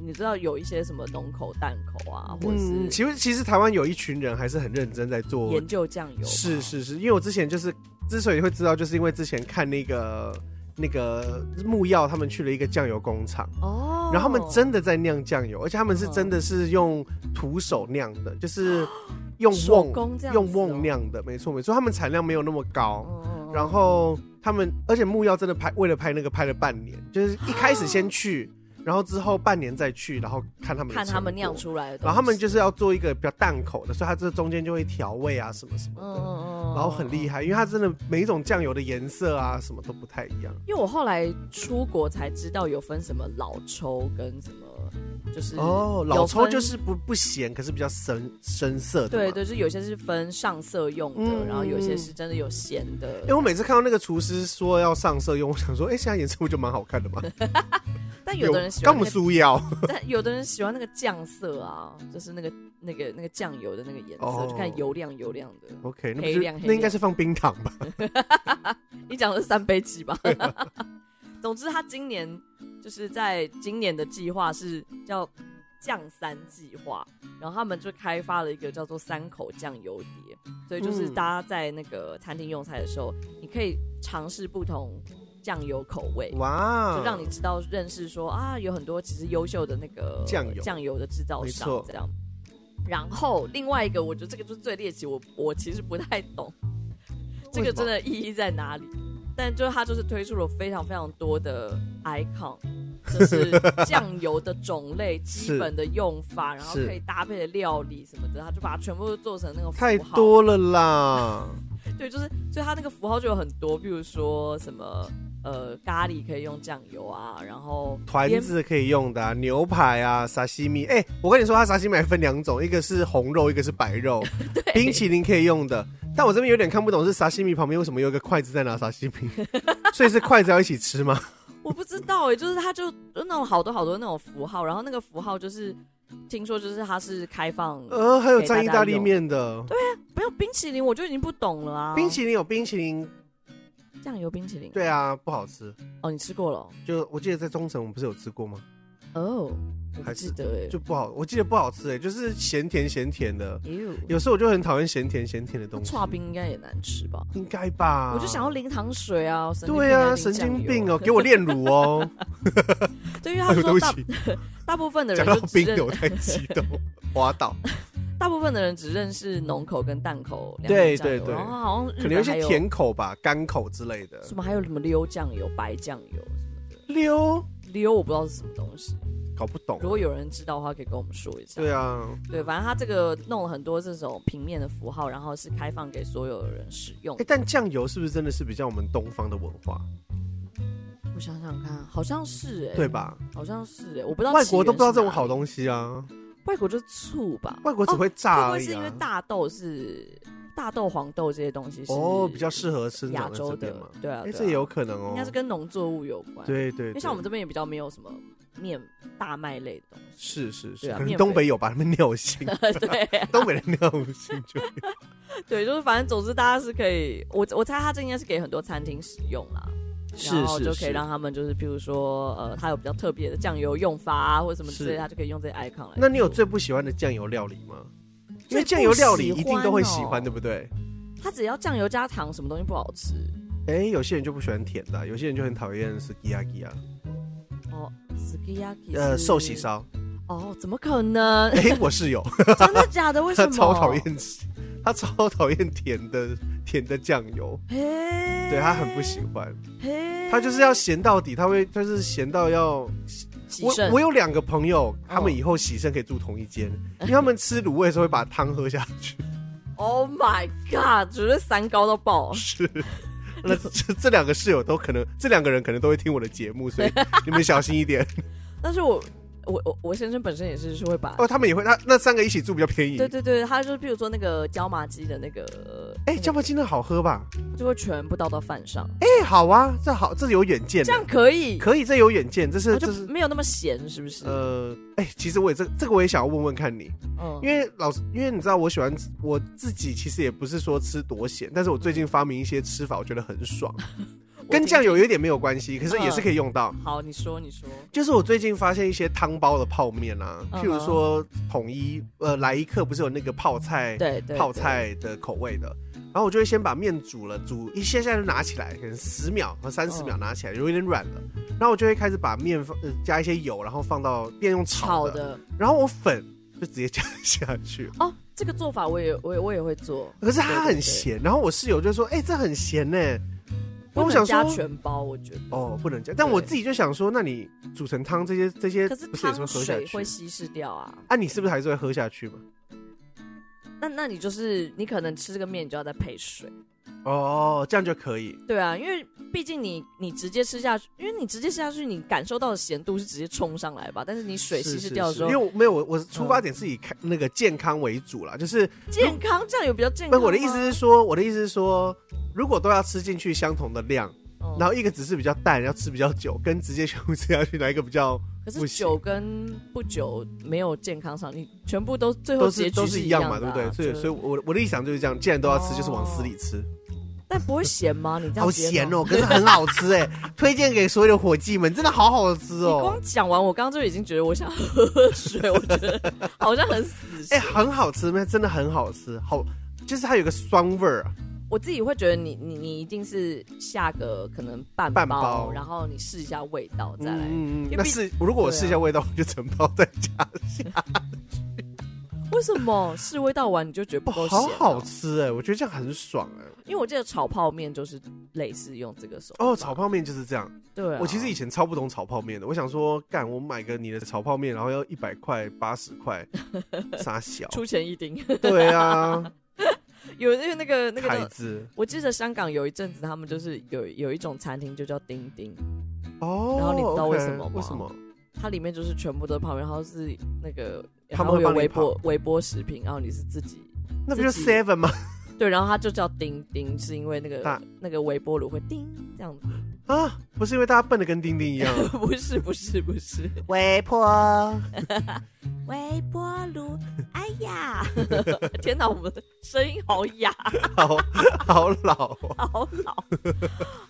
A: 你知道有一些什么浓口淡口啊，或者
B: 嗯，
A: 是
B: 其实其实台湾有一群人还是很认真在做
A: 研究酱油嘛，啊
B: 是是是，因为我之前就是之所以会知道，就是因为之前看那个那个木曜他们去了一个酱油工厂，
A: 哦，
B: 然后他们真的在酿酱油，而且他们是真的是用徒手酿的，就是用
A: 哦手
B: 瓮
A: 工这样
B: 用
A: 子哦
B: 瓮，酿的，没错没错，他们产量没有那么高。
A: 嗯
B: 然后他们，而且木曜真的拍，为了拍那个拍了半年，就是一开始先去，然后之后半年再去，然后看他们的
A: 哦看他们
B: 成
A: 酿
B: 果
A: 出来的东西，
B: 然后他们就是要做一个比较淡口的，所以它这中间就会调味啊什么什么
A: 嗯
B: 的，
A: 嗯嗯，
B: 然后很厉
A: 害。
B: 害，因为它真的每一种酱油的颜色啊什么都不太一样。
A: 因为我后来出国才知道有分什么老抽跟什么，就是
B: 哦，
A: 嗯有
B: 老抽
A: 分
B: 就是不不咸，可是比较深深色的。
A: 对。对，就是有些是分上色用的，
B: 嗯
A: 然后有些是真的有咸的
B: 因为。我每次看到那个厨师说要上色用，我想说，哎、现在颜色不就蛮好看 的吗？
A: 但有的人喜
B: 刚
A: 欢那
B: 我们
A: 个，
B: 苏瑶，
A: 但有的人喜欢那个酱色啊，就是那个那个那个酱油的那个颜色，
B: 哦
A: 就看油亮油亮的。
B: OK，那不
A: 黑
B: 就
A: 亮黑
B: 那应该是放冰糖吧？
A: 你讲的是三杯鸡吧？ 总之，他今年就是在今年的计划是叫酱三计划，然后他们就开发了一个叫做三口酱油碟，所以就是
B: 嗯
A: 大家在那个餐厅用餐的时候，你可以尝试不同。酱油口味，
B: 哇，哦
A: 就让你知道认识说啊，有很多其实优秀的那个
B: 酱油
A: 酱油的制造
B: 没
A: 商
B: 错
A: 这样。然后另外一个，我觉得这个就是最猎奇，我我其实不太懂这个真的意义在哪里。但就是它就是推出了非常非常多的 icon，就是 酱油的种类、
B: 是
A: 基本的用法，然后
B: 是
A: 可以搭配的料理什么的，它就把它全部都做成那个符号
B: 太多了啦，
A: 对，就是所以它那个符号就有很多，比如说什么呃咖喱可以用酱油啊，然后
B: 团
A: 连
B: 子可以用的、啊，牛排啊，沙西米。哎、我跟你说，它沙西米还分两种，一个是红肉，一个是白肉。冰淇淋可以用的，但我这边有点看不懂，是沙西米旁边为什么有一个筷子在拿沙西 米？所以是筷子要一起吃吗？
A: 我不知道哎、就是它就就那种好多好多那种符号，然后那个符号就是听说就是它是开放，
B: 呃，还有蘸意大利面的，
A: 不用冰淇淋我就已经不懂了啊，
B: 冰淇淋有冰淇淋，
A: 酱油冰淇淋，
B: 对啊，不好吃。
A: 哦，你吃过了哦
B: 就我记得在中城，我们不是有吃过吗？
A: 哦，我不
B: 还是
A: 记得哎、
B: 就不好，我记得不好吃哎、就是咸甜咸甜的。
A: 欸，有
B: 有时候我就很讨厌咸甜咸甜的东西。
A: 串冰应该也难吃吧？
B: 应该吧？
A: 我就想要零糖水啊，神经病
B: 对啊，
A: 还是
B: 神
A: 淋
B: 经
A: 酱
B: 病
A: 油
B: 哦， 给我炼乳哦！
A: 对，因为他
B: 哎 呦，对不
A: 说大
B: 起，
A: 大部分的人
B: 讲到
A: 就只
B: 冰
A: 认
B: 友太激动，滑倒。
A: 大部分的人只认识浓口跟淡口两种
B: 对
A: 酱油
B: 对对
A: 然后好像日
B: 可能有
A: 本
B: 一
A: 还
B: 些
A: 有
B: 甜口吧、干口之类的。
A: 什么，还有什么溜酱油、白酱油什么
B: 溜，
A: 的。溜我不知道是什么东西，
B: 搞不懂。
A: 如果有人知道的话，可以跟我们说一下。
B: 对啊，
A: 对反正他这个弄了很多这种平面的符号，然后是开放给所有人使用
B: 哎、。但酱油是不是真的是比较我们东方的文化，
A: 我想想看，好像是哎、
B: 对吧？
A: 好像是哎、我不知道
B: 外国都不知道这
A: 起源是哪
B: 种
A: 里
B: 好，东西啊，
A: 外国就是醋吧？
B: 外国只会
A: 会
B: 炸
A: 哦不
B: 而
A: 会
B: 已
A: 是因为
B: 啊。
A: 大豆是大豆、黄豆这些东西是
B: 哦，比较适合生
A: 亚
B: 长在
A: 洲
B: 这
A: 的
B: 边嘛？，
A: 对啊，
B: 哎、
A: 对啊
B: 这也有可能哦。
A: 应该是跟农作物有关。，
B: 对对
A: 因
B: 对，
A: 为像我们这边也比较没有什么面大麦类的东西。
B: 是是是，
A: 对啊
B: 可能
A: 面
B: 东
A: 粉
B: 北有吧？他们 尿性，
A: 对啊
B: 东北人尿性就有
A: 对，就是反正总之大家是可以，我我猜它这应该是给很多餐厅使用啦。然后就可以让他们就是，譬如说，呃，它有比较特别的酱油用法啊，或者什么之类
B: 是
A: 的，它就可以用这些 icon 来做。
B: 那你有最不喜欢的酱油料理吗？因
A: 最
B: 为
A: 不
B: 酱油料理一
A: 喜
B: 定
A: 欢
B: 都会喜欢，
A: 哦
B: 对不对？
A: 它只要酱油加糖，什么东西不好吃？
B: 哎、有些人就不喜欢甜的啊、有些人就很讨厌 s k i y a k i 啊，
A: 哦 s k i y a k i
B: 呃，寿喜。烧。
A: 哦，怎么可 能？
B: 哎、我室友
A: 真的假 的？为什
B: 他
A: 么？
B: 超讨。厌吃，他超讨厌甜的甜的酱油，
A: 嘿，
B: 对他很不喜欢，
A: 嘿，
B: 他就是要咸到底，他会他就是咸到要。
A: 喜
B: 我
A: 胜
B: 我有两个朋友，他们
A: 嗯
B: 以后喜生可以住同一间，因为他们吃卤味的时候会把汤喝下 去。
A: Oh my god！绝对三高到爆。
B: 是。那这这两个室友都可能，这两个人可能都会听我的节 目，所以你们小心一点。
A: 但是我我我我先生本身也是是会把，
B: 哦，他们也会，他那三个一起住比较便宜。
A: 对对对，他就是譬如说那个椒麻鸡的那个，
B: 哎，酱油鸡的好喝吧？
A: 就会全部倒到饭上，
B: 哎，好啊，这好，这有远见
A: 这
B: 的，
A: 样可以，
B: 可以，这有远见，这
A: 我
B: 是
A: 就
B: 这是
A: 没有那么咸，是不是？
B: 呃，哎，其实我也这这个我也想要问问看你，
A: 嗯，
B: 因为老师，因为你知道我喜欢我自己，其实也不是说吃多咸，但是我最近发明一些吃法，我觉得很 爽，跟酱油有一点没有关系，可是
A: 嗯
B: 也是可以用到。
A: 好，你说你说，
B: 就是我最近发现一些汤包的泡面啊，
A: 嗯哼
B: 譬如说统一，呃，来一客不是有那个泡菜
A: 对对，
B: 泡菜的口味的，然后我就会先把面煮了，煮一下下就拿起来，可能十秒和三十秒
A: 嗯
B: 拿起来，有一点软了，然后我就会开始把面放、呃、加一些油，然后放到变用炒
A: 炒
B: 的，
A: 的
B: 然后我粉就直接加下去，
A: 哦，这个做法我也我也我也会做，
B: 可是
A: 对
B: 它
A: 对
B: 很
A: 对
B: 咸，然后我室友就说：“哎、这很咸呢、那
A: 不
B: 我
A: 能
B: 想
A: 加
B: 说，
A: 全包，我觉得，
B: 哦，不能加。但我
A: 对
B: 自己就想说，那你煮成汤这些这些，
A: 可是
B: 不是也是
A: 汤
B: 会喝下
A: 水
B: 去哦
A: 会？稀释掉啊。
B: 啊，你是不是还是会喝下去嘛？
A: 那那你就是你可能吃这个面，你就要再配水。
B: 哦，这样就可以。
A: 对啊，因为毕竟你你直接吃下去，因为你直接吃下去，你感受到的咸度是直接冲上来吧？但是你水稀
B: 是
A: 释
B: 是
A: 掉的时候，
B: 是因为我没有我我出发点是以看那个健康为主
A: 嗯
B: 啦，就是
A: 健康酱油比较健
B: 不
A: 康
B: 是
A: 吗。
B: 我的意思是说，我的意思是说，如果都要吃进去相同的量，
A: 嗯，
B: 然后一个只是比较淡，要吃比较久，跟直接全部吃下去哪一个比较
A: 可是
B: 不行
A: 酒跟不酒没有健康上，你全部都最后
B: 都
A: 结
B: 是
A: 局
B: 都是
A: 一
B: 样
A: 的
B: 嘛，
A: 啊
B: 对不对？所以
A: 就
B: 所以我我的立场就是这样，既然都要吃，
A: 哦
B: 就是往死里吃，
A: 但不会咸吗？你这样
B: 好
A: 直接
B: 咸
A: 弄。
B: 哦，可是很好吃哎，推荐给所有的伙计们，真的好好吃
A: 你
B: 哦
A: 光。讲完，我刚刚就已经觉得我想喝水，我觉得好像很死心
B: 哎哎、。很好吃，那真的很好吃，好，就是它有个酸味儿啊，
A: 我自己会觉得你你你一定是下个可能半
B: 半包
A: 然后你试一下味道再来。
B: 嗯嗯嗯
A: 因为
B: 那
A: 毕
B: 试如果我
A: 对啊
B: 试一下味道，我就承包在家，
A: 为什么试味道完你就觉得不
B: 哇
A: 够咸、啊哦
B: 好哦好，吃哎、我觉得这样很爽哎、
A: 因为我记得炒泡面就是类似用这个手法
B: 哦，炒泡面就是这样。
A: 对啊、
B: 我其实以前超不懂炒泡面的，我想说，干我买个你的炒泡面，然后要一百块、八十 块，傻小。
A: 出钱一丁，
B: 对啊，
A: 有因为那个 那个
B: 凯
A: 叫，
B: 子
A: 我记得香港有一阵子他们就是有有一种餐厅就叫丁丁，
B: 哦。
A: 然后你知道
B: OK，
A: 为什么吗
B: 为什么？
A: 它里面就是全部都是泡面，然后是那个
B: 他
A: 然
B: 们
A: 后
B: 会
A: 有
B: 帮你
A: 微波微波食品，然后你是自己
B: 那不就
A: 自己
B: seven 吗？
A: 对，然后它就叫丁丁，是因为那个
B: 大
A: 那个微波炉会叮这样子，
B: 啊，不是因为大家笨的跟丁丁一样。
A: 不是不是不是，
B: 微波，
A: 微波炉，哎呀， 天哪，我们的声音好哑，
B: 好好老、哦。
A: 好老。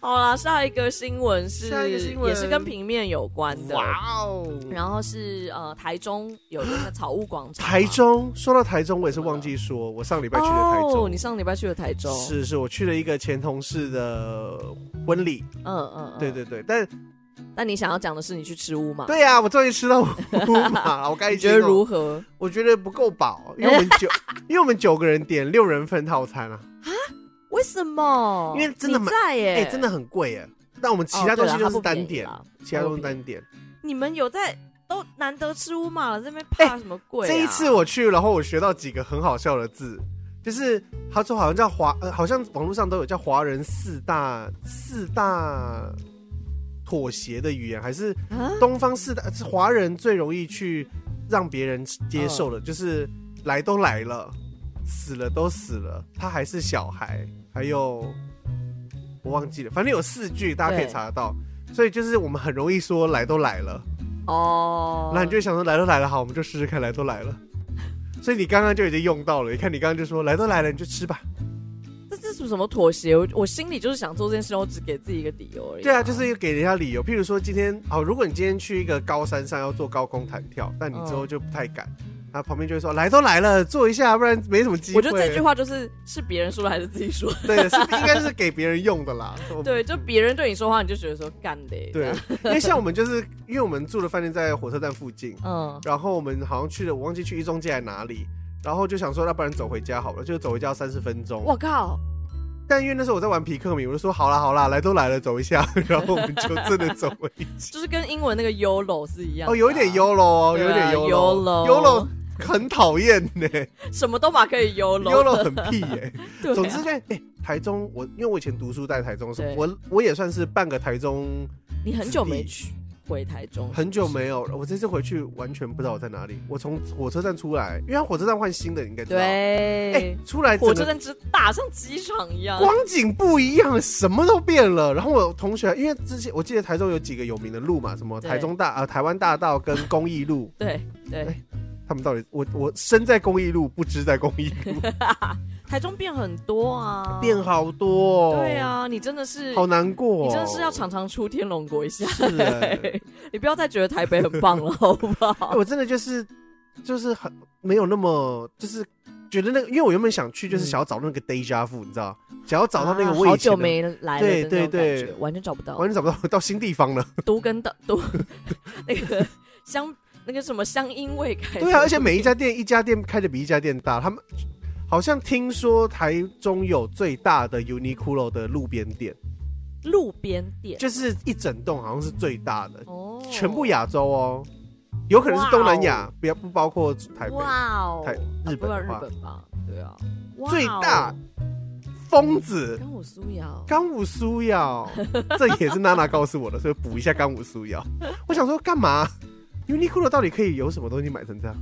A: 好啦，下一个新闻是
B: 下一个新闻
A: 也是跟平面有关的，
B: 哇哦！
A: 然后是呃台中有那个草屋广场嘛，
B: 台中，说到台中，我也是忘记说，我上礼拜去了台
A: 哦，
B: 中。
A: 你上礼拜去了台中，
B: 是是，我去了一个前同事的婚礼，
A: 嗯嗯，嗯
B: 对。对对，但
A: 那你想要讲的是你去吃屋嘛？，
B: 对呀、我终于吃到乌 马，我刚才
A: 你
B: 已经
A: 觉得
B: 有
A: 如何？
B: 哦我觉得不够饱，因为我们 九，因为我们九个人点六人份套餐啊，
A: 为什么？
B: 因为真的
A: 你
B: 蛮
A: 在耶，
B: 哎、真的很贵哎。但我们其
A: 哦
B: 他
A: 对
B: 东
A: 啦
B: 西就
A: 它
B: 是
A: 不便宜
B: 单点，
A: 啦
B: 其他都是单点。
A: 你们有在都难得吃乌马了，这边怕什么贵、啊
B: 哎这一次我去，然后我学到几个很好笑的字，就是他说好像叫华，呃，好像网络上都有叫华人四大四大妥协的语言，还是
A: 啊
B: 东方四大是华人最容易去让别人接受
A: 哦
B: 的，就是来都来了，死了都死了，他还是小孩，还有我忘记了，反正有四句大家可以
A: 对
B: 查得到，所以就是我们很容易说来都来了。
A: 哦，
B: 那你就想说来都来了，好，我们就试试看，来都来了。所以你刚刚就已经用到了，你看你刚刚就说来都来了，你就吃
A: 哎
B: 吧。
A: 这这是什么妥协？我我心里就是想做这件事，我只给自己一个理由而已、
B: 对啊，就是给人家理由，譬如说今天好，如果你今天去一个高山上要做高空弹跳，但你之后就不太敢，那、旁边就会说来都来了，做一下，不然没什么机会。
A: 我觉得这句话就是是别人说的还是自己 说的？
B: 对，是应该是给别人用的啦。我
A: 对，就别人对你说话，你就觉得说干的、欸。
B: 对，因为像我们就是因为我们住的饭店在火车站附近，
A: 嗯，
B: 然后我们好像去了，我忘记去一中街还哪里，然后就想说，要不然走回家好了，就走回家三十分钟。
A: 我靠，
B: 但因为那时候我在玩皮克米，我就说好啦好啦，来都来了，走一下，然后我们就真的走回 家。
A: 就是跟英文那个 YOLO 是一样的啊、
B: 哦，有一点 YOLO 哦，有
A: 对
B: 一
A: 啊
B: 点 YOLO
A: YOLO
B: 很讨厌呢
A: 什么都嘛可以 YOLO。
B: ，YOLO 很屁耶、
A: 对啊
B: 总之在哎台中，我因为我以前读书在台中，
A: 对
B: 我我也算是半个台中，
A: 你很久没去回台中，
B: 很久没有了。我这次回去完全不知道我在哪里。我从火车站出来，因为它火车站换新的，你应该知道。
A: 对、
B: 哎，出来整
A: 火
B: 个
A: 车站只打像机场一样。
B: 光景不一样，什么都变了。然后我同学，因为之前我记得台中有几个有名的路嘛，什么
A: 对，
B: 台中大呃台湾大道跟公益路
A: 对对，
B: 哎他们到底我我身在公益路，不知在公益路，
A: 台中变很多啊，
B: 变好多、哦。
A: 对，啊，你真的是，
B: 好难过、哦。
A: 你真的是要常常出天龙国一下，
B: 是、欸
A: 你不要再觉得台北很棒了，好不
B: 哎
A: 好？
B: 我真的就是就是很没有那么就是觉得那个，因为我原本想去就是想要找那个 day 家父，你知道，想要找到那个
A: 嗯啊
B: 我
A: 好
B: 以
A: 久
B: 前的。
A: 没来了
B: 对
A: 的那种
B: 对对
A: 感觉完全找不到
B: 完，全找不到，到新地方了。
A: 都跟到都 那个香那个什么香音味开，
B: 对啊，而且每一家店一家店开的比一家店大，他们好像听说台中有最大的 Uniqlo 的路边店，
A: 路边店
B: 就是一整栋好像是最大的，
A: 哦，
B: 全部亚洲哦，有可能是东南亚，不要不包括台北，
A: 哇哦，
B: 台日本
A: 不要
B: 的
A: 日
B: 话，
A: 本吧，对啊，哇哦
B: 最大疯子。
A: 跟我苏瑶，
B: 干武苏瑶，这也是娜娜告诉我的，所以补一下干武苏瑶。我想说干嘛？Uniqlo 到底可以有什么东西买 成这样？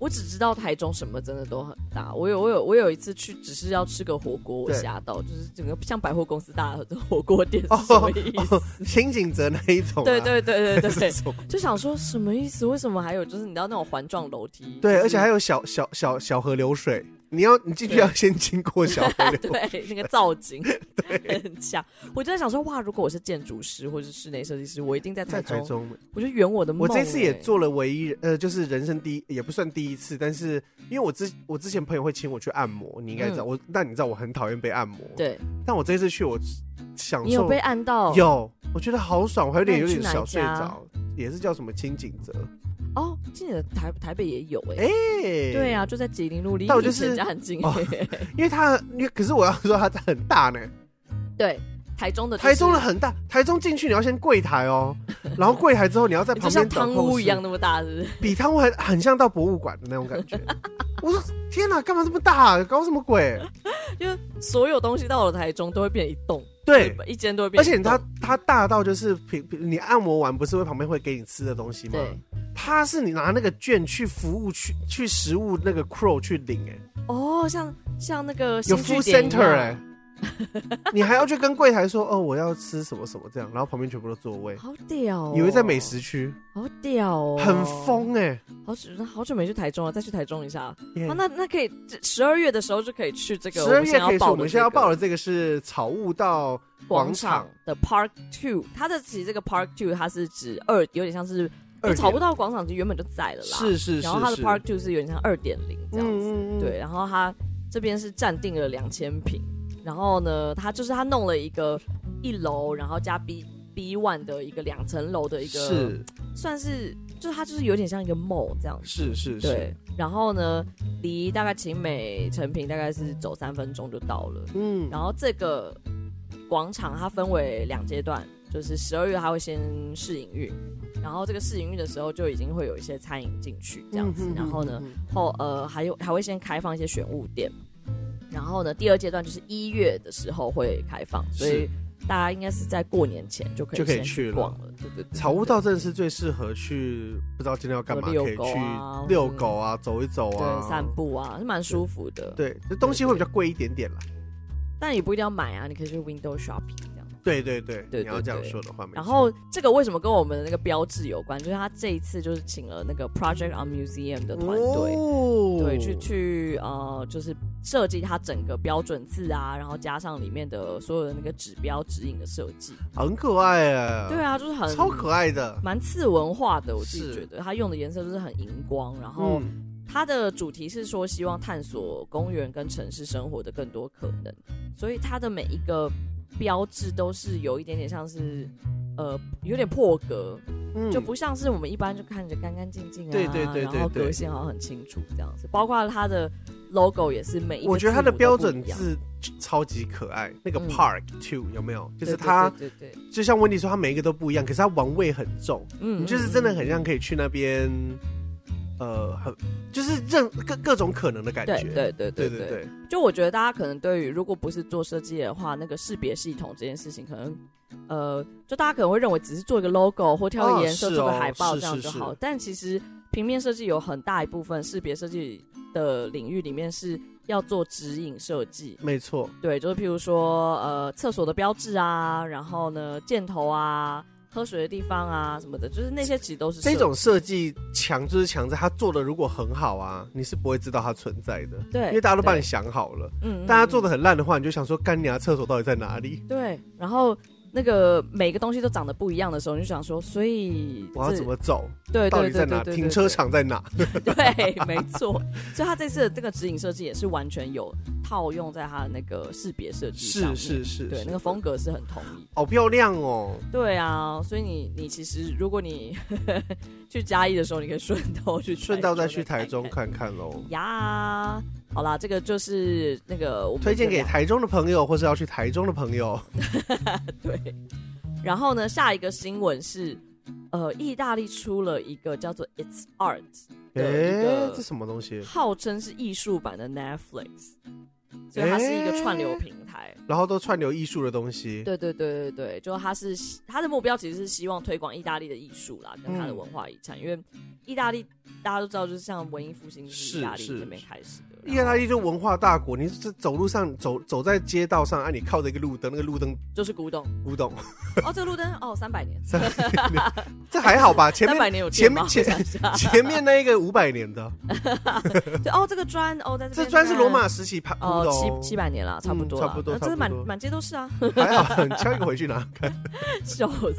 A: 我只知道台中什么真的都很大。我有我有我有一次去，只是要吃个火锅，我
B: 对
A: 吓到，就是整个像百货公司大的火锅店是什么意思？啊
B: 哦，刑警泽那一种、啊，
A: 对对对对对
B: 这，种
A: 就想说什么意思？为什么还有就是你知道那种环状楼梯？
B: 对，而且还
A: 有
B: 有小小小小河流水，你要你进去要先经过小河流，
A: 对，那个造 景很像。我就在想说，哇，如果我是建筑师或是室内设计师，我一 定在
B: 在
A: 台
B: 台
A: 中，
B: 中。
A: 我就圆我的梦、
B: 我这次也
A: 欸，
B: 做了唯一人呃，就是人生第一，也不算第一次，但是因为我之我之前朋友会请我去按摩，你应该知道、我，但你知道我很讨厌被按摩，
A: 嗯对
B: 但我这次去我享受
A: 你有被按到
B: 有我觉得好爽，我还有点
A: 那
B: 有
A: 你去
B: 点
A: 哪一
B: 小睡
A: 家
B: 着，也是叫什么清景泽，
A: 哦，今年的台台北也有哎、
B: 哎、
A: 对啊，就在吉林路，离
B: 但我
A: 你
B: 就是
A: 全家很近、
B: 哦
A: 欸
B: 因为它因为可是我要说它很大呢，
A: 对，台中的、就是、
B: 台中的很大，台中进去你要先柜台哦，然后柜台之后你要在
A: 你就
B: 旁
A: 像
B: 边找
A: 汤屋
B: pose
A: 一样那么大，是不是？
B: 比汤屋还很像到博物馆的那种 感觉。我说天哪，干嘛这么大、啊搞什么鬼？
A: 就是所有东西到了台中都会变一栋，
B: 对，
A: 一间都会变
B: 而
A: 一栋。
B: 且它它大到就是平平你按摩完不是会旁边会给你吃的东西吗？
A: 对
B: 它是你拿那个券去服务去去食物那个 crow 去领哎、
A: 哦，像像那个
B: 有
A: 新据
B: food
A: 点一
B: center 哎、
A: 样
B: 你还要去跟柜台说哦我要吃什么什么这样，然后旁边全部都座位，
A: 好屌、哦，
B: 以为在美，食区，
A: 好屌哦，
B: 很，疯哎、
A: 好久好久没去台中了，再去台中一下。
B: 耶
A: 啊，那那可以十二月的时候就可以去这个
B: 十二月可以说，
A: 我
B: 我
A: 们
B: 们
A: 现在
B: 现在
A: 要
B: 要
A: 报
B: 报
A: 的
B: 的这个是草悟道
A: 这个
B: 广
A: 场
B: 场
A: 的 Park Two，它的其实这个 Park Two 它是指二，有点像是
B: 二点
A: 草不到广场就原本就在了啦，
B: 是是是
A: 然后它的
B: 是
A: Park Two 是有点像二点零这样子，
B: 嗯
A: 对，，然后它这边是占定了两千平，然后呢，它就是它弄了一个一楼，然后加 B B one 的一个两层楼的一个，
B: 是
A: 算是就是它就是有点像一个 mall 这样子。
B: 是是
A: 对
B: 是，，
A: 然后呢，离大概晴美成品大概是走三分钟就到了。
B: 嗯
A: 然后这个广场它分为两阶段，就是十二月它会先试营运，然后这个试营运的时候就已经会有一些餐饮进去这
B: 嗯
A: 样子，然后呢，，后呃还有还会先开放一些选物店，然后呢第二阶段就是一月的时候会开放，所以
B: 是
A: 大家应该是在过年前就可以
B: 就可以
A: 先
B: 去了
A: 逛了，对对对，
B: 草悟道真的是最适合去，不知道今天要干嘛，
A: 有
B: 可
A: 遛
B: 以
A: 狗
B: 去
A: 啊
B: 遛狗啊，走一走啊，
A: 对散。步啊是蛮舒服的，，
B: 对，这东西会比较贵一点点啦。
A: 但也不一定要买啊，你可以去 window shopping 这样。
B: 对对对，
A: 对
B: 你要这样
A: 对
B: 说的话，没
A: 然
B: 错
A: 后这个为什么跟我们的那个标志有关？就是他这一次就是请了那个 Project on Museum 的团队，
B: 哦
A: 对，去去呃，就是设计它整个标准字啊，然后加上里面的所有的那个指标指引的设计。
B: 很可爱啊，
A: 对，啊，就是很
B: 超可爱的。
A: 蛮次文化的，我自己
B: 是
A: 觉得它用的颜色就是很荧光，然后
B: 嗯，
A: 它的主题是说希望探索公园跟城市生活的更多可能，所以它的每一个标志都是有一点点像是。呃，有点破格，
B: 嗯
A: 就不像是我们一般就看着干干净净啊，
B: 对对对对
A: 然后格
B: 对
A: 线好像很清楚这样子，包括它的 logo 也是每一个
B: 我觉得它
A: 字
B: 的
A: 母都
B: 标
A: 不
B: 准
A: 一样，
B: 字超级可爱，那个
A: 嗯
B: Park Two 有没有？就
A: 对对
B: 是它
A: 对对对，
B: 就像温迪说，它每一个都不一样，可是它玩味很重，
A: 嗯
B: 你就是真的很像可以去那边，呃，很就是任各各种可能的感
A: 对
B: 觉。
A: 对对
B: 对
A: 对
B: 对对，
A: 就我觉得大家可能对于如果不是做设计的话，那个识别系统这件事情，可能呃，就大家可能会认为只是做一个 logo 或挑个颜色、
B: 哦是哦
A: 做个海报
B: 是
A: 这样就是好，
B: 是
A: 但其实平面设计有很大一部分识别设计的领域里面是要做指引设计，
B: 没错，
A: 对，就是譬如说呃厕所的标志啊，然后呢箭头啊。喝水的地方啊，什么的，就是那些其实都是设
B: 这种设计强就是强在它做的如果很好啊，你是不会知道它存在的，
A: 对，
B: 因为大家都帮
A: 对
B: 你，想好了。
A: 嗯，嗯
B: 大家
A: 嗯
B: 做的很烂的话，你就想说干娘厕所到底在哪里？
A: 对，然后那个每个东西都长得不一样的时候，你就想说，所以
B: 我要
A: 这
B: 怎么走？
A: 对
B: 到
A: 对
B: 底
A: 对
B: 在
A: 对
B: 哪？
A: 对
B: 停车场在哪？
A: 对，对没错。所以他这次的这个指引设计也是完全有套用在他的那个识别设计上
B: 是
A: 面，
B: 是是，
A: 对，
B: 是
A: 那个风格是很统一。
B: 好漂亮哦！
A: 对啊，所以你你其实如果你 去嘉义的时候，你可以顺道去
B: 顺道再去台中
A: 看
B: 看看喽。
A: 看呀。好啦，这个就是那个我们
B: 推荐
A: 这
B: 给
A: 两
B: 台中的朋友，或是要去台中的朋友。
A: 对，然后呢，下一个新闻是，呃，意大利出了一个叫做 It's Art
B: 哎、
A: 的一个
B: 这什么东西？
A: 号称是艺术版的 Netflix，所以它是一个串流平台。
B: 然后都串流艺术的东西。
A: 对对对对对，就它是它的目标其实是希望推广意大利的艺术啦，跟它
B: 嗯
A: 的文化遗产，因为意大利大家都知道，就是像文艺复兴就是
B: 是
A: 意大利
B: 是
A: 这边开始的，
B: 意大利就文化大国，你是走路上走走在街道上，啊，你靠着一个路灯，那个路灯
A: 就是古董
B: 古董，
A: 哦，这个路灯哦，三百年，
B: 这还好吧？前
A: 三百
B: 面
A: 年有
B: 前
A: 电吗
B: 面前
A: 我想一下
B: 前面那一个五百年 的，
A: 对哦，这个砖哦，在
B: 这
A: 边
B: 砖是罗马时期拍古
A: 哦
B: 的
A: 七七百年了，差不多
B: 嗯
A: 啦
B: 差不多
A: 那这个满
B: 差不多
A: 满街都是啊，
B: 还好，你敲一个回去拿。
A: 笑死！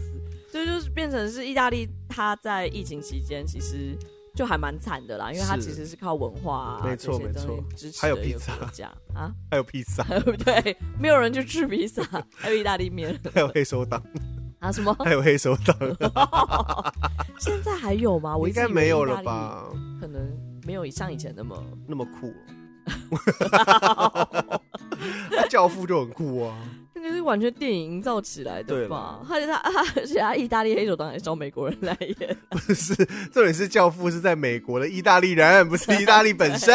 A: 这就是变成是意大利，它在疫情期间其实就还蛮惨的啦，因为它
B: 是
A: 其实是靠文化、啊、
B: 没错
A: 这些东西
B: 没错
A: 支持
B: 还有
A: 的一个
B: 披萨
A: 国家啊，
B: 还有披萨，
A: 对，没有人去吃披萨， 还有意大利面
B: 还有黑手党，
A: 啊什么？
B: 还有黑手党，
A: 现在还有啊吗？我一
B: 应
A: 直
B: 该没有
A: 以为
B: 了
A: 意大利
B: 吧？
A: 可能没有像以前那么
B: 那么 酷、哦啊教父就很酷啊！
A: 那个是完全电影营造起来的
B: 对
A: 吧
B: 了？
A: 而且他 啊，而且他意大利黑手党也是找美国人来 演，
B: 是，重点是教父是在美国的意大利人，不是意大利本 身。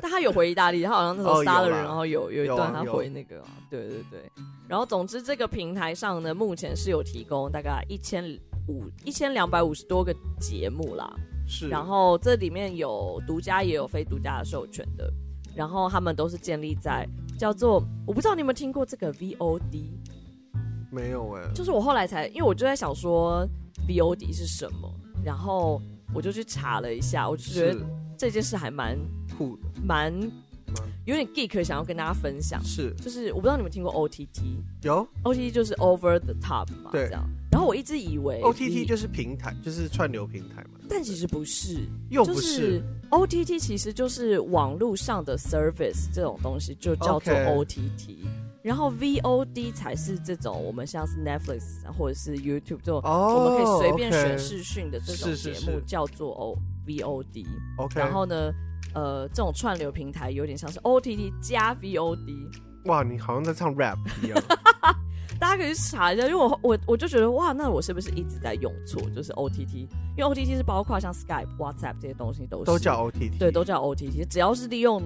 A: 但他有回意大利，他好像那时
B: 哦
A: 候杀了
B: 有
A: 人，
B: 啦
A: 然后有有一
B: 有啊
A: 段他
B: 有
A: 回那个啊、对对对。然后总之这个平台上呢，目前是有提供大概一千五一千两百五十多个节目啦，
B: 是
A: 然后这里面有独家也有非独家的授权的，然后他们都是建立在叫做我不知道你有没有听过这个 VOD，
B: 没有哎、
A: 就是我后来才，因为我就在想说 VOD 是什么，然后我就去查了一下，我就觉
B: 是
A: 得这件事还蛮
B: 酷的，
A: 蛮有点 geek，想要跟大家分享。
B: 是
A: 就是我不知道你们听过 OTT，OTT
B: 有
A: 就是 over the top 嘛，
B: 对
A: 这样。然后我一直以为
B: OTT 就是平台，就是串流平台嘛，
A: 但其实不是，
B: 又
A: 就
B: 不
A: 是 OTT 其实就是网络上的 service 这种东西就叫做
B: OK
A: OTT。然后 VOD 才是这种我们像是 Netflix 或者是 YouTube 这种
B: 哦
A: 我们可以随便
B: OK
A: 选视讯的这种
B: 是
A: 节
B: 是
A: 目
B: 是
A: 叫做哦 O VOD。
B: OK，
A: 然后呢，呃，这种串流平台有点像是 OTT 加 VOD，
B: 哇，你好像在唱 rap 一 样，
A: 大家可以去查一下，因为我我我就觉得哇，那我是不是一直在用错？就是 OTT，因为 OTT 是包括像 Skype、WhatsApp 这些东西都是
B: 都叫 OTT，
A: 对，都叫 OTT，只要是利用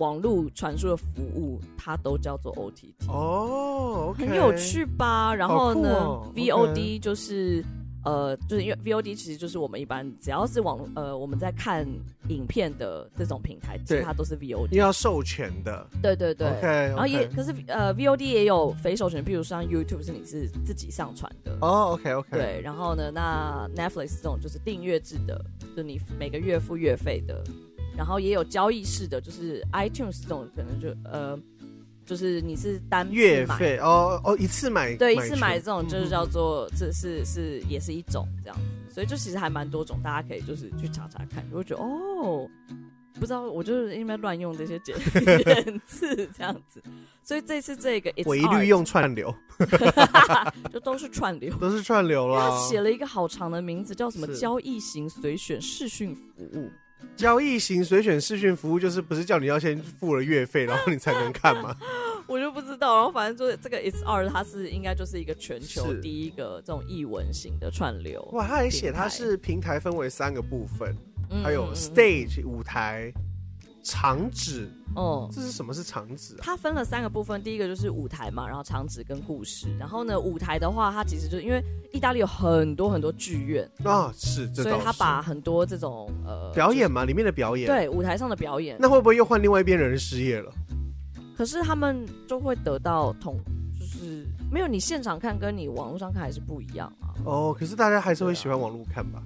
A: 网络传输的服务，它都叫做 OTT，、
B: 哦，OK，
A: 很有趣吧？然后呢、
B: 好酷哦
A: v o d 就是。呃，就是因为 VOD 其实就是我们一般只要是网呃我们在看影片的这种平台，其
B: 对
A: 实它都是 VOD。
B: 又要授权的
A: 对对对。
B: ，OK，
A: 然后也可是呃 VOD 也有非授权，比如像 YouTube 是你是自己上传的。
B: 哦，OK OK，，
A: 对，然后呢，那 Netflix 这种就是订阅制的，就你每个月付月费的，然后也有交易式的，就是 iTunes 这种可能就呃，就是你是单次
B: 月
A: 买，
B: 费哦哦，一次买
A: 对，一次买这
B: 全
A: 种就是
B: 嗯
A: 叫做这是是也是一种这样子，所以就其实还蛮多种，大家可以就是去查查看，我就觉得哦。不知道，我就是因为乱用这些 简简字这样子，所以这次这个 It's
B: 我一
A: Art
B: 律用串流，
A: 就都是串流，
B: 都是串流啦
A: 他。写了一个好长的名字，叫什么“
B: 是
A: 交易型随选视讯服务
B: 交易型随选视讯服务就是不是叫你要先付了月费，然后你才能看 吗？”，
A: 我就不知道。然后反正就是这个 It's 二，它是应该就是一个全球
B: 是
A: 第一个这种译文型的串流。
B: 哇，他还写它
A: 平台
B: 是平台分为三个部分，
A: 嗯
B: 还有 stage 舞台、场址，
A: 嗯，
B: 这是什么是场址啊？
A: 它分了三个部分，第一个就是舞台嘛，然后场址跟故事。然后呢，舞台的话，它其实就是因为意大利有很多很多剧院，
B: 啊，是，这
A: 所以
B: 倒
A: 它
B: 是
A: 把很多这种呃
B: 表演嘛，里面的表演，，
A: 对舞台上的表演，
B: 那会不会又换另外一边人失业了？
A: 可是他们就会得到同，就是没有你现场看跟你网络上看还是不一样啊。
B: 哦，可是大家还是会喜欢网络看吧？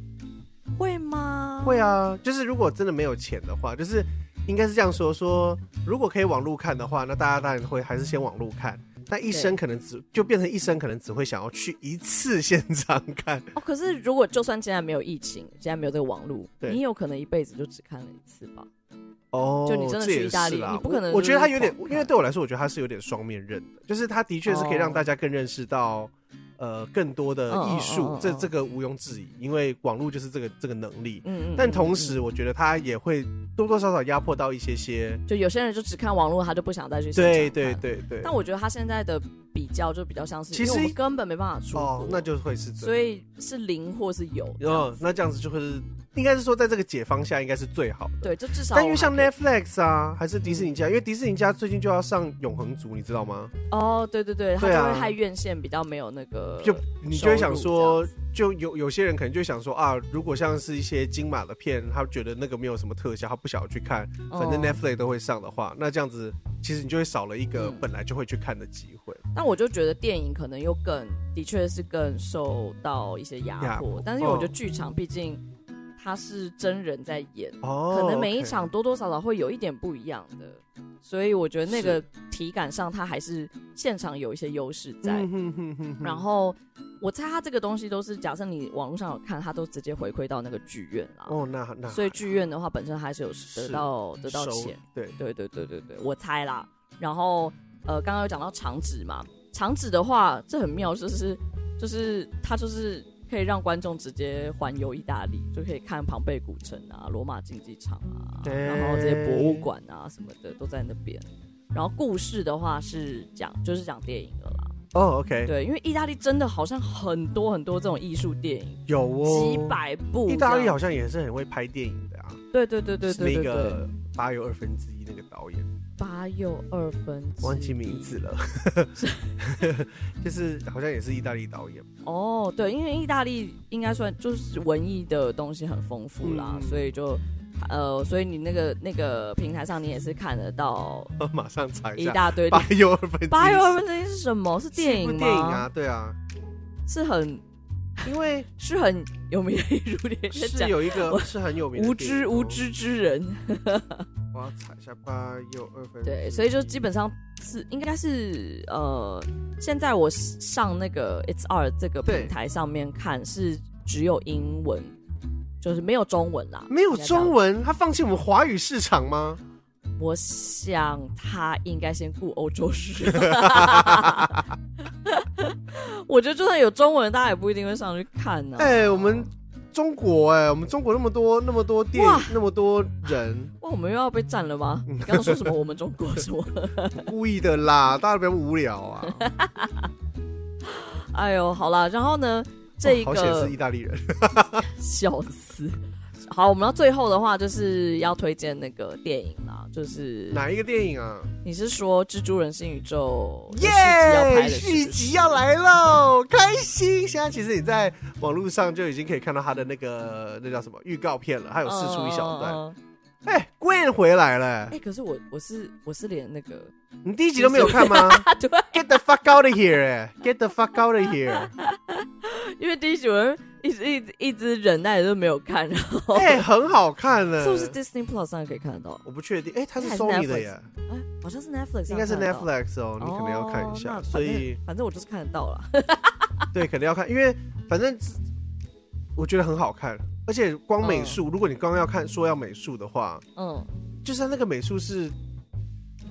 A: 会吗？
B: 会啊，就是如果真的没有钱的话，就是应该是这样说：说如果可以网络看的话，那大家当然会还是先网络看。但一生可能只就变成一生可能只会想要去一次现场 看，
A: 哦。可是如果就算现在没有疫情，现在没有这个网络，
B: 对
A: 你有可能一辈子就只看了一次吧？
B: 哦，
A: 就你真的
B: 这
A: 去
B: 也
A: 意大利
B: 是啦
A: 你不可能
B: 我我觉得他有点
A: 就是狂，看啊
B: 因为对我来说，我觉得他是有点双面刃的，就是他的确是可以让大家更认识到，
A: 哦
B: 呃，更多的艺术，
A: 嗯嗯嗯嗯
B: 这
A: 嗯
B: 这个毋庸置疑，因为网络就是这个这个能力。
A: 嗯嗯。
B: 但
A: 嗯
B: 同、
A: 嗯
B: 时，我觉得他也会多多少少压迫到一些些，
A: 就有些人就只看网络，他就不想再去现场
B: 对
A: 看
B: 对。对对。
A: 但我觉得他现在的比较就比较像是，
B: 其
A: 因
B: 实
A: 为我们根本没办法出国，
B: 哦哦，那就会是这样
A: 所以是零或是有这样
B: 哦
A: 子。，
B: 那这样子就会是应该是说在这个解方下应该是最好的。
A: 对，就至少
B: 但因为
A: 我
B: 像
A: 还可以
B: Netflix 啊，还
A: 嗯
B: 是迪士尼家，因为迪士尼家最近就要上《永恒族》，你知道吗？
A: 哦，对对对，它
B: 对
A: 就
B: 啊
A: 会害院线比较没有那个
B: 就你就会
A: 呃收入
B: 想说，就有有些人可能就会想说啊，如果像是一些金马的片，他觉得那个没有什么特效，他不想要去看，
A: 这样子，
B: 反正
A: 哦
B: Netflix 都会上的话，那这样子其实你就会少了一个
A: 嗯
B: 本来就会去看的机会。
A: 但我就觉得电影可能又更，的确是更受到一些压
B: 压
A: 迫
B: 迫。
A: 但是因为我觉得
B: 哦
A: 剧场毕竟它是真人在演，
B: 哦，
A: 可能每一
B: OK
A: 场多多少少会有一点不一样的，所以我觉得那个体感上它还是现场有一些优势在。
B: 嗯哼哼哼哼
A: 然后我猜它这个东西都是，假设你网络上有看，它都直接回馈到那个剧院啦。
B: 哦，那那
A: 所以剧院的话本身还是有得
B: 是
A: 到得到
B: 收
A: 钱。
B: 对，
A: 对对对对对，我猜啦。然后呃，刚刚有讲到长纸嘛，长纸的话，这很妙，就是就是它就是可以让观众直接环游意大利，就可以看庞贝古城啊、罗马竞技场啊，
B: 对
A: 然后这些博物馆啊什么的都在那边。然后故事的话是讲就是讲电影的啦，
B: 哦，OK，
A: 对，因为意大利真的好像很多很多这种艺术电影，
B: 有哦，
A: 几百部这样。
B: 意大利好像也是很会拍电影的啊，
A: 对对对对
B: 是
A: 对
B: 那
A: 对对，
B: 个八又二分之一那个导演，
A: 八又二分之
B: 忘记
A: 一
B: 名字了， 就是好像也是意大利导演，
A: 哦，对，因为意大利应该算就是文艺的东西很丰富啦，
B: 嗯
A: 所以就呃，所以你那个那个平台上你也是看得到
B: 马上查一
A: 一
B: 下，
A: 大堆。
B: 八又二分之一，
A: 八月二分之一是什么？是电
B: 是
A: 影吗？
B: 部电影啊，对啊，
A: 是很
B: 因为
A: 是很有名的一部电影，在
B: 是
A: 讲
B: 有 一个是很有名的
A: 无
B: 电影
A: 知
B: 哦
A: 无，知之人。
B: 我要查一下八又二分之一，
A: 对，所以就基本上是应该是呃，现在我上那个 It's R 这个
B: 对
A: 平台上面看是只有英文，就是没有中文啦。
B: 没有
A: 应该这样
B: 中文，他放弃我们华语市场吗？
A: 我想他应该先顾欧洲市。 我觉得就算有中文，大家也不一定会上去看呢、
B: 哎、我们中国哎、我们中国那么多那么多电影
A: 哇，
B: 那么多人，
A: 哇，我们又要被占了吗？你刚刚说什么？我们中国什么？
B: 故意的啦，大家不要无聊 啊。
A: 哎呦，好啦，然后 呢，这一
B: 哦好险
A: 个
B: 是意大利人，
A: 笑死。好，我们到最后的话就是要推荐那个电影啦，就是
B: 哪一个电影啊？
A: 你是说《蜘蛛人新宇宙》有续
B: 耶
A: 集要拍的，是不
B: 续
A: 是
B: 集要来喽，开心！现在其实你在网络上就已经可以看到他的那个那叫什么预告片了，他有试出一小
A: 嗯
B: 段。
A: 嗯嗯嗯
B: 哎、g r e n 回来了
A: 哎、，可是我我是我是连那个
B: 你第一集都没有看 吗
A: 啊，对，
B: ？Get the fuck out of here！哎，Get the fuck out of here！
A: 因为第一集我一直一直一直忍耐都没有看，然后、
B: 哎、很好看 呢。
A: 是不是 Disney Plus 上可以看得到？
B: 我不确定，哎、它是
A: 还是
B: Sony 的
A: Netflix
B: 耶。
A: 哎、好像是 Netflix，
B: 应该是
A: 上看得到
B: Netflix 哦，你可能要看一
A: 哦
B: 下，
A: 那
B: 所以
A: 反正反正我就是看得到了。
B: 对，可能要看，因为反正我觉得很好看，而且光美术，如果你刚刚要看说要美术的话，
A: 嗯，
B: 就是它那个美术是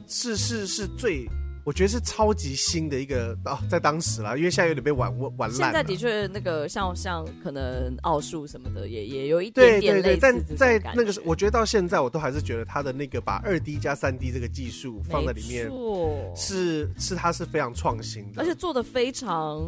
B: 是是是最，我觉得是超级新的一个啊，在当时啦，因为现在有点被玩玩玩
A: 现
B: 啊烂
A: 在
B: 了。
A: 的确那个像像可能奥数什么的也也有一点
B: 对
A: 点
B: 对
A: 类似
B: 对，但
A: 这种
B: 在
A: 感
B: 那个
A: 觉
B: 时，我觉得到现在我都还是觉得它的那个把二 D 加三 D 这个技术放在里
A: 没，
B: 面
A: 错
B: 是是它是非常创新的，
A: 而且做的非常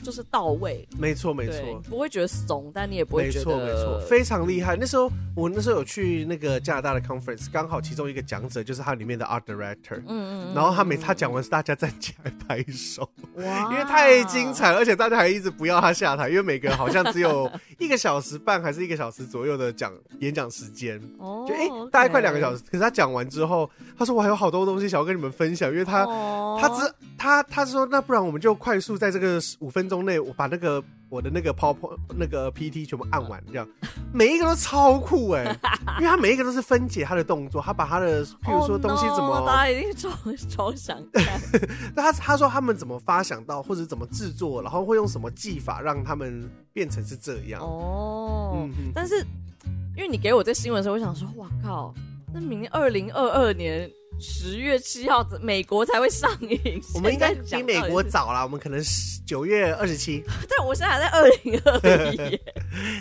A: 就是到位，
B: 没错没
A: 对
B: 错，
A: 不会觉得怂，但你也不会
B: 没
A: 觉得嗯
B: 错，没错，非常厉害。那时候我那时候有去那个加拿大的 conference，刚好其中一个讲者就是他里面的 art director，、
A: 嗯嗯嗯，
B: 然后他每他讲完是大家站起来拍手，
A: 哇，
B: 因为太精彩了，而且大家还一直不要他下台，因为每个好像只有一个小时半还是一个小时左右的讲演讲时间，
A: 哦，
B: 就哎、大概快两个小
A: 时，
B: 时。可是他讲完之后，他说我还有好多东西想要跟你们分享，因为他。
A: 哦
B: 他只他他说，那不然我们就快速在这个五分钟内，我把那个我的那个 PowerPoint 那个 PT 全部按完，这样每一个都超酷 哎、因为他每一个都是分解他的动作，他把他的譬如说东西怎
A: Oh no，大
B: 么，嗯
A: 家一定超超 想看。
B: 他他说他们怎么发想到或者怎么制作，然后会用什么技法让他们变成是这样。
A: 哦
B: 嗯，嗯
A: 但是因为你给我这新闻的时候，我想说，哇靠，那明年二零二二年十月七号美国才会上映，
B: 我们应该
A: 现在
B: 比
A: 讲
B: 美
A: 到
B: 国
A: 底是，
B: 早啦，我们可能九月二十七。
A: 但我现在还在二零二一，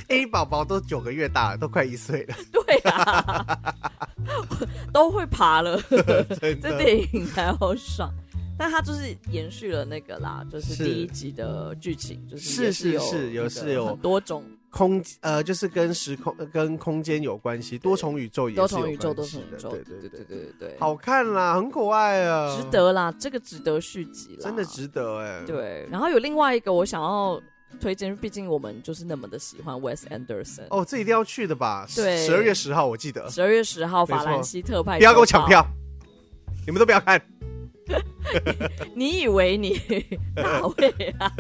B: A 宝宝都九个月大了，都快一岁 了，
A: 对啊，都会爬 了，
B: 真
A: 这
B: 的。
A: 电影还要上。但它就是延续了那个啦，就是
B: 是
A: 第一集的剧情，就是也是
B: 是是
A: 那
B: 有
A: 个
B: 是有
A: 很多种
B: 空呃，就是跟时空、呃跟空间有关系，多重宇宙也是
A: 多重宇
B: 有
A: 宙，
B: 关
A: 多
B: 系
A: 重宇
B: 的
A: 宙，
B: 对
A: 对
B: 对
A: 对对对对，
B: 好看啦，很可爱啊，
A: 值，得啦，这个值得续集啦，
B: 真的值得哎、
A: 对，然后有另外一个我想要推荐，毕竟我们就是那么的喜欢 Wes Anderson。
B: 哦，这一定要去的吧？
A: 对
B: 十二月十号我记得，
A: 十二月十号，
B: 没错
A: 法兰西特派，
B: 不要跟我抢！票，你们都不要看，
A: 你以为你 哪位 啊？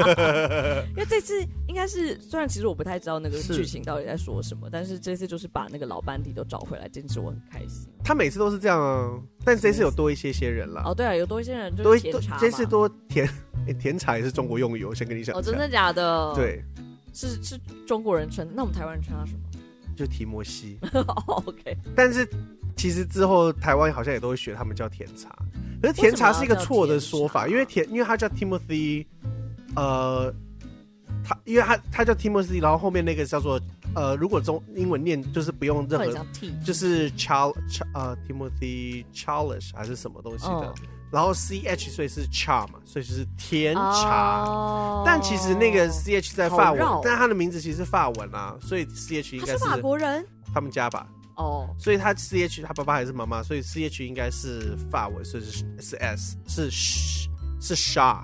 A: 因为这次应该是，虽然其实我不太知道那个
B: 是
A: 剧情到底在说什么，但是这次就是把那个老班底都找回来，简直我很开心。
B: 他每次都是这样啊，但这次有多一些些人啦，
A: 哦，对啊，有多一些人就
B: 多
A: 是
B: 一
A: 甜
B: 多
A: 茶嘛
B: 这次多甜、欸甜茶也是中国用语哦，我先跟你讲
A: 哦，
B: 一下，
A: 真的假的？，
B: 对，
A: 是是中国人称，那我们台湾人称他什么
B: 就提摩西，
A: 哦？OK，
B: 但是其实之后台湾好像也都会学他们叫甜茶，可是甜茶是一个错的说法，
A: 为什么要叫甜茶
B: 因为甜，因为它叫 Timothy，呃，他因为他他叫 Timothy，然后后面那个叫做呃，如果中英文念就是不用任
A: 很
B: 何，
A: 像 T
B: 就是 Char 呃 Timothy Charles 还是什么东西的，
A: 嗯
B: 然后 C H 所以是 char 嘛，所以就是甜茶。
A: 哦
B: 但其实那个 C H 在法文
A: 好绕，
B: 但他的名字其实是法文啊，所以 C H 应
A: 他
B: 该
A: 是
B: 是
A: 法国人
B: 他们家吧。
A: 哦，
B: 所以他 C H 他爸爸还是妈妈，所以 C H 应该是法文，所以是是 S 是 sh 是 sha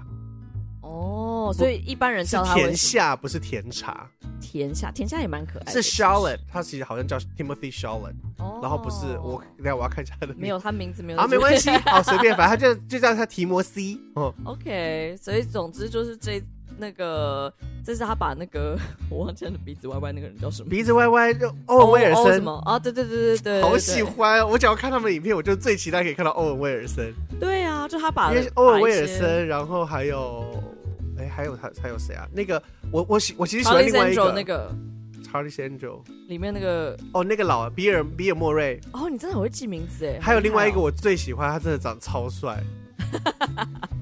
A: 哦，所以一般人
B: 是
A: 叫他为
B: 甜夏，不是甜茶，
A: 田夏，田夏也蛮可爱的。
B: 是 Charlotte，他其实好像叫 Timothy Charlotte，
A: 哦
B: 然后不是我，等一下我要看一下他的名字
A: 没有他名字没有
B: 啊，没关系，好随便，反正他就就叫他提摩西，哦，
A: OK，所以总之就是这那个，这是他把那个我忘记了鼻子歪歪那个人叫什么？
B: 鼻子歪歪，就欧文威尔
A: 哦哦什
B: 森
A: 么。啊？对对对对对，
B: 好
A: 对
B: 喜。欢哦！我只要看他们的影片，我就最期待可以看到欧文威尔森，
A: 对啊，就他把
B: 因为欧文威
A: 把
B: 尔
A: 一些
B: 森，然后还有，哎，还有他还有谁啊？那个我我喜我其实喜欢
A: Charlie
B: 另外一
A: Sandro
B: 个
A: 那个
B: Charlie Angel，
A: 里面那个，
B: 哦，那个老比尔比尔莫瑞，
A: 哦，你真的很会记名字哎。
B: 还有另外一个
A: 好厉
B: 我最喜欢，他真的长得超帅，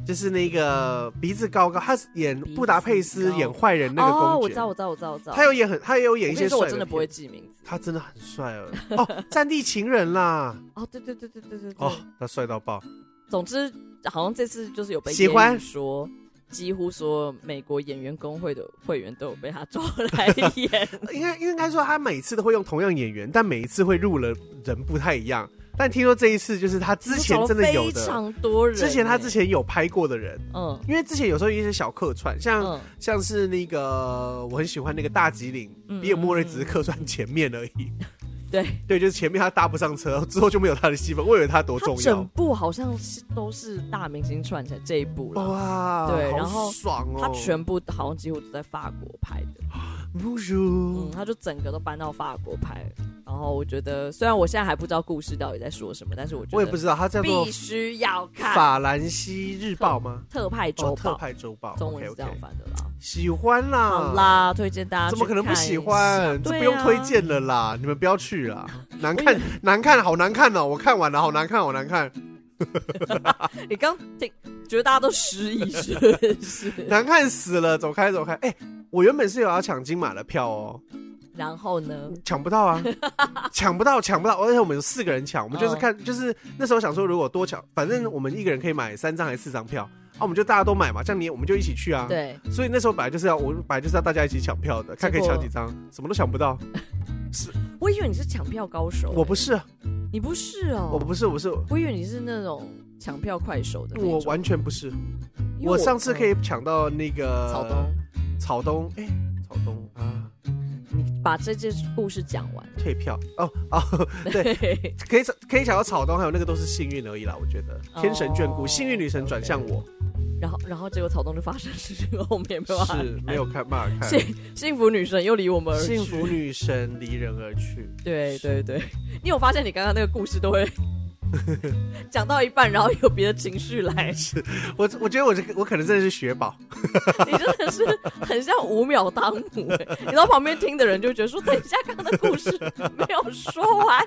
B: 就是那个鼻子高高，他是演
A: 鼻子
B: 布达佩斯
A: 高
B: 演坏人那
A: 害
B: 个
A: 哦哦，
B: 公
A: 我
B: 爵，
A: 知道，我知道，我知道，我知道。
B: 他有演很，他也有演一
A: 我跟
B: 些
A: 你
B: 帅
A: 说，我
B: 的
A: 真的不
B: 片
A: 会记名字。
B: 他真的很帅哦，哦， 《战地情人》啦，
A: 哦，对对对对对对对。
B: 哦，他帅到爆，
A: 总之，好像这次就是有被
B: 喜欢
A: 业余说，几乎所有美国演员工会的会员都有被他 抓来演。
B: 应该应该说他每次都会用同样演员，但每一次会入了人不太一样，但听说这一次就是他之前真的有
A: 非
B: 的，
A: 常多人欸、
B: 之前他之前有拍过的人，
A: 嗯
B: 因为之前有时候有一些小客串，像。
A: 嗯
B: 像是那个我很喜欢那个大吉岭，
A: 嗯
B: 比尔莫瑞只是客串前面而已。
A: 对，
B: 对，就是前面他搭不上车，之后就没有他的戏份。我以为他多
A: 他
B: 重
A: 整
B: 要，
A: 部好像是都是大明星串起来这一部了。
B: 哇，
A: 对
B: 好
A: 然后
B: 爽哦，
A: 他全部好像几乎都在法国拍的，嗯，
B: Bonjour
A: 他就整个都搬到法国拍。然后我觉得，虽然我现在还不知道故事到底在说什么，但是我觉得
B: 我也不知道他叫做
A: 必须要看
B: 法兰西日报吗？
A: 特派
B: 哦，
A: 周
B: 特
A: 报，
B: 派周报，
A: 中文
B: OK，OK
A: 是这样翻的啦。
B: 喜欢啦，
A: 好，啦，推荐大家
B: 怎么
A: 去
B: 可能不
A: 看
B: 喜
A: 一下？
B: 欢？这
A: 对
B: 不用
A: 啊
B: 推荐了啦，你们不要去啦，难
A: 我以
B: 看
A: 为，
B: 难看，好难看哦！我看完了，好难看，好难看。
A: 你哎刚听，觉得大家都失忆是 不是？
B: 难看死了，走开走开！哎、我原本是有要抢金马的票哦，
A: 然后呢？
B: 抢不 到啊，抢不到，抢不到！而且我们有四个人抢，我们就是
A: 嗯
B: 看，就是那时候想说，如果多抢，反正我们一个人可以买三张还是四张票，啊，我们就大家都买嘛，这样你我们就一起去啊。。
A: 对，
B: 所以那时候本来就是要，我本来就是要大家一起抢票的，看可以
A: 结果
B: 抢几张，什么都抢不到。
A: 我以为你是抢票高手、哎
B: 我不，
A: 哦
B: 是，
A: 你不是哦，
B: 我不是，我不是，
A: 我以为你是那种抢票快手的那种
B: 我完全不是。
A: 因为
B: 我上次可
A: 嗯
B: 以呃抢到那个
A: 草东，
B: 草东，哎、草东啊，
A: 你把这件故事讲 完。
B: 退票哦哦，对，
A: 对，
B: 可以可以想到草东，还有那个都是幸运而已啦。我觉得
A: 哦
B: 天神眷顾，幸运女神转向 我，
A: 然后然后结果草东就发生事情了，我们也没有办法
B: 是没有看办法看。
A: 幸幸福女神又离我们而去。
B: 幸福女神离人而去，
A: 对对对， 你有发现你刚刚那个故事 都会讲到一半，然后有别的情绪来，
B: 我我觉得我这个我可能真的是雪宝，
A: 你真的是很像五秒当母、欸。你到旁边听的人就觉得说，等一下刚刚的故事没有说完。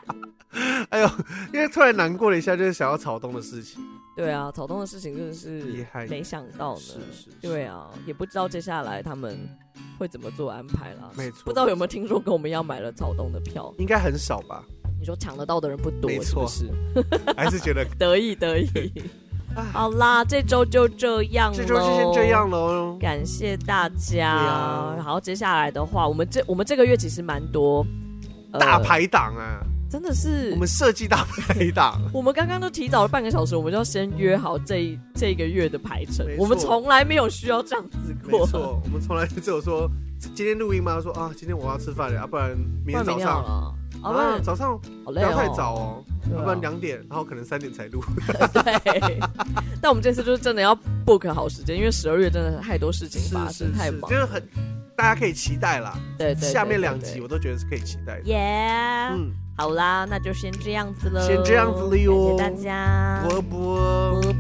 B: 哎呦，因为突然难过了一下，就是想要草东的事情，
A: 对啊，草东的事情真的是
B: 厉害
A: 没想到呢。
B: 是是是
A: 对啊，也不知道接下来他们会怎么做安排啦。
B: 没错
A: 不知道有没有听众跟我们一样买了草东的票？
B: 应该很少吧？
A: 你说抢得到的人不多，
B: 没
A: 是
B: 错
A: 不是？
B: 还是觉得
A: 得意得意。 好啦，这周就这样咯，
B: 这周就先这样喽。
A: 感谢大家。
B: 啊
A: 然后接下来的话，我们这我们这个月其实蛮多、呃
B: 大，排档啊，
A: 真的是
B: 我们设计大排档，
A: 我们刚刚都提早了半个小时，我们就要先约好这一这个月的排程
B: 没。错
A: 我们从来没有需要 这样子
B: 没
A: 过。
B: 错，我们从来只有说今天录音吗？说啊，今天我要吃饭了，要不然明天
A: 不然
B: 早
A: 明天好
B: 上。
A: 了，啊，不
B: 啊，
A: 然
B: 早上
A: 好
B: 不
A: 累
B: 要
A: 哦，
B: 太早哦，
A: 对啊
B: 要不然两点，然后可能三点才录。
A: 对。 但我们这次就是真的要 book 好时间，因为十二月真的太多事情发生，太忙
B: 就。是很，大家可以期待啦。
A: 对对对，
B: 下面
A: 对
B: 两
A: 对
B: 集我都觉得是可以期待的。
C: 耶、
B: 嗯，
C: 好啦，那就先这样子了，
B: 先这样子了哟
C: 感谢大家，
B: 波波。
C: 啵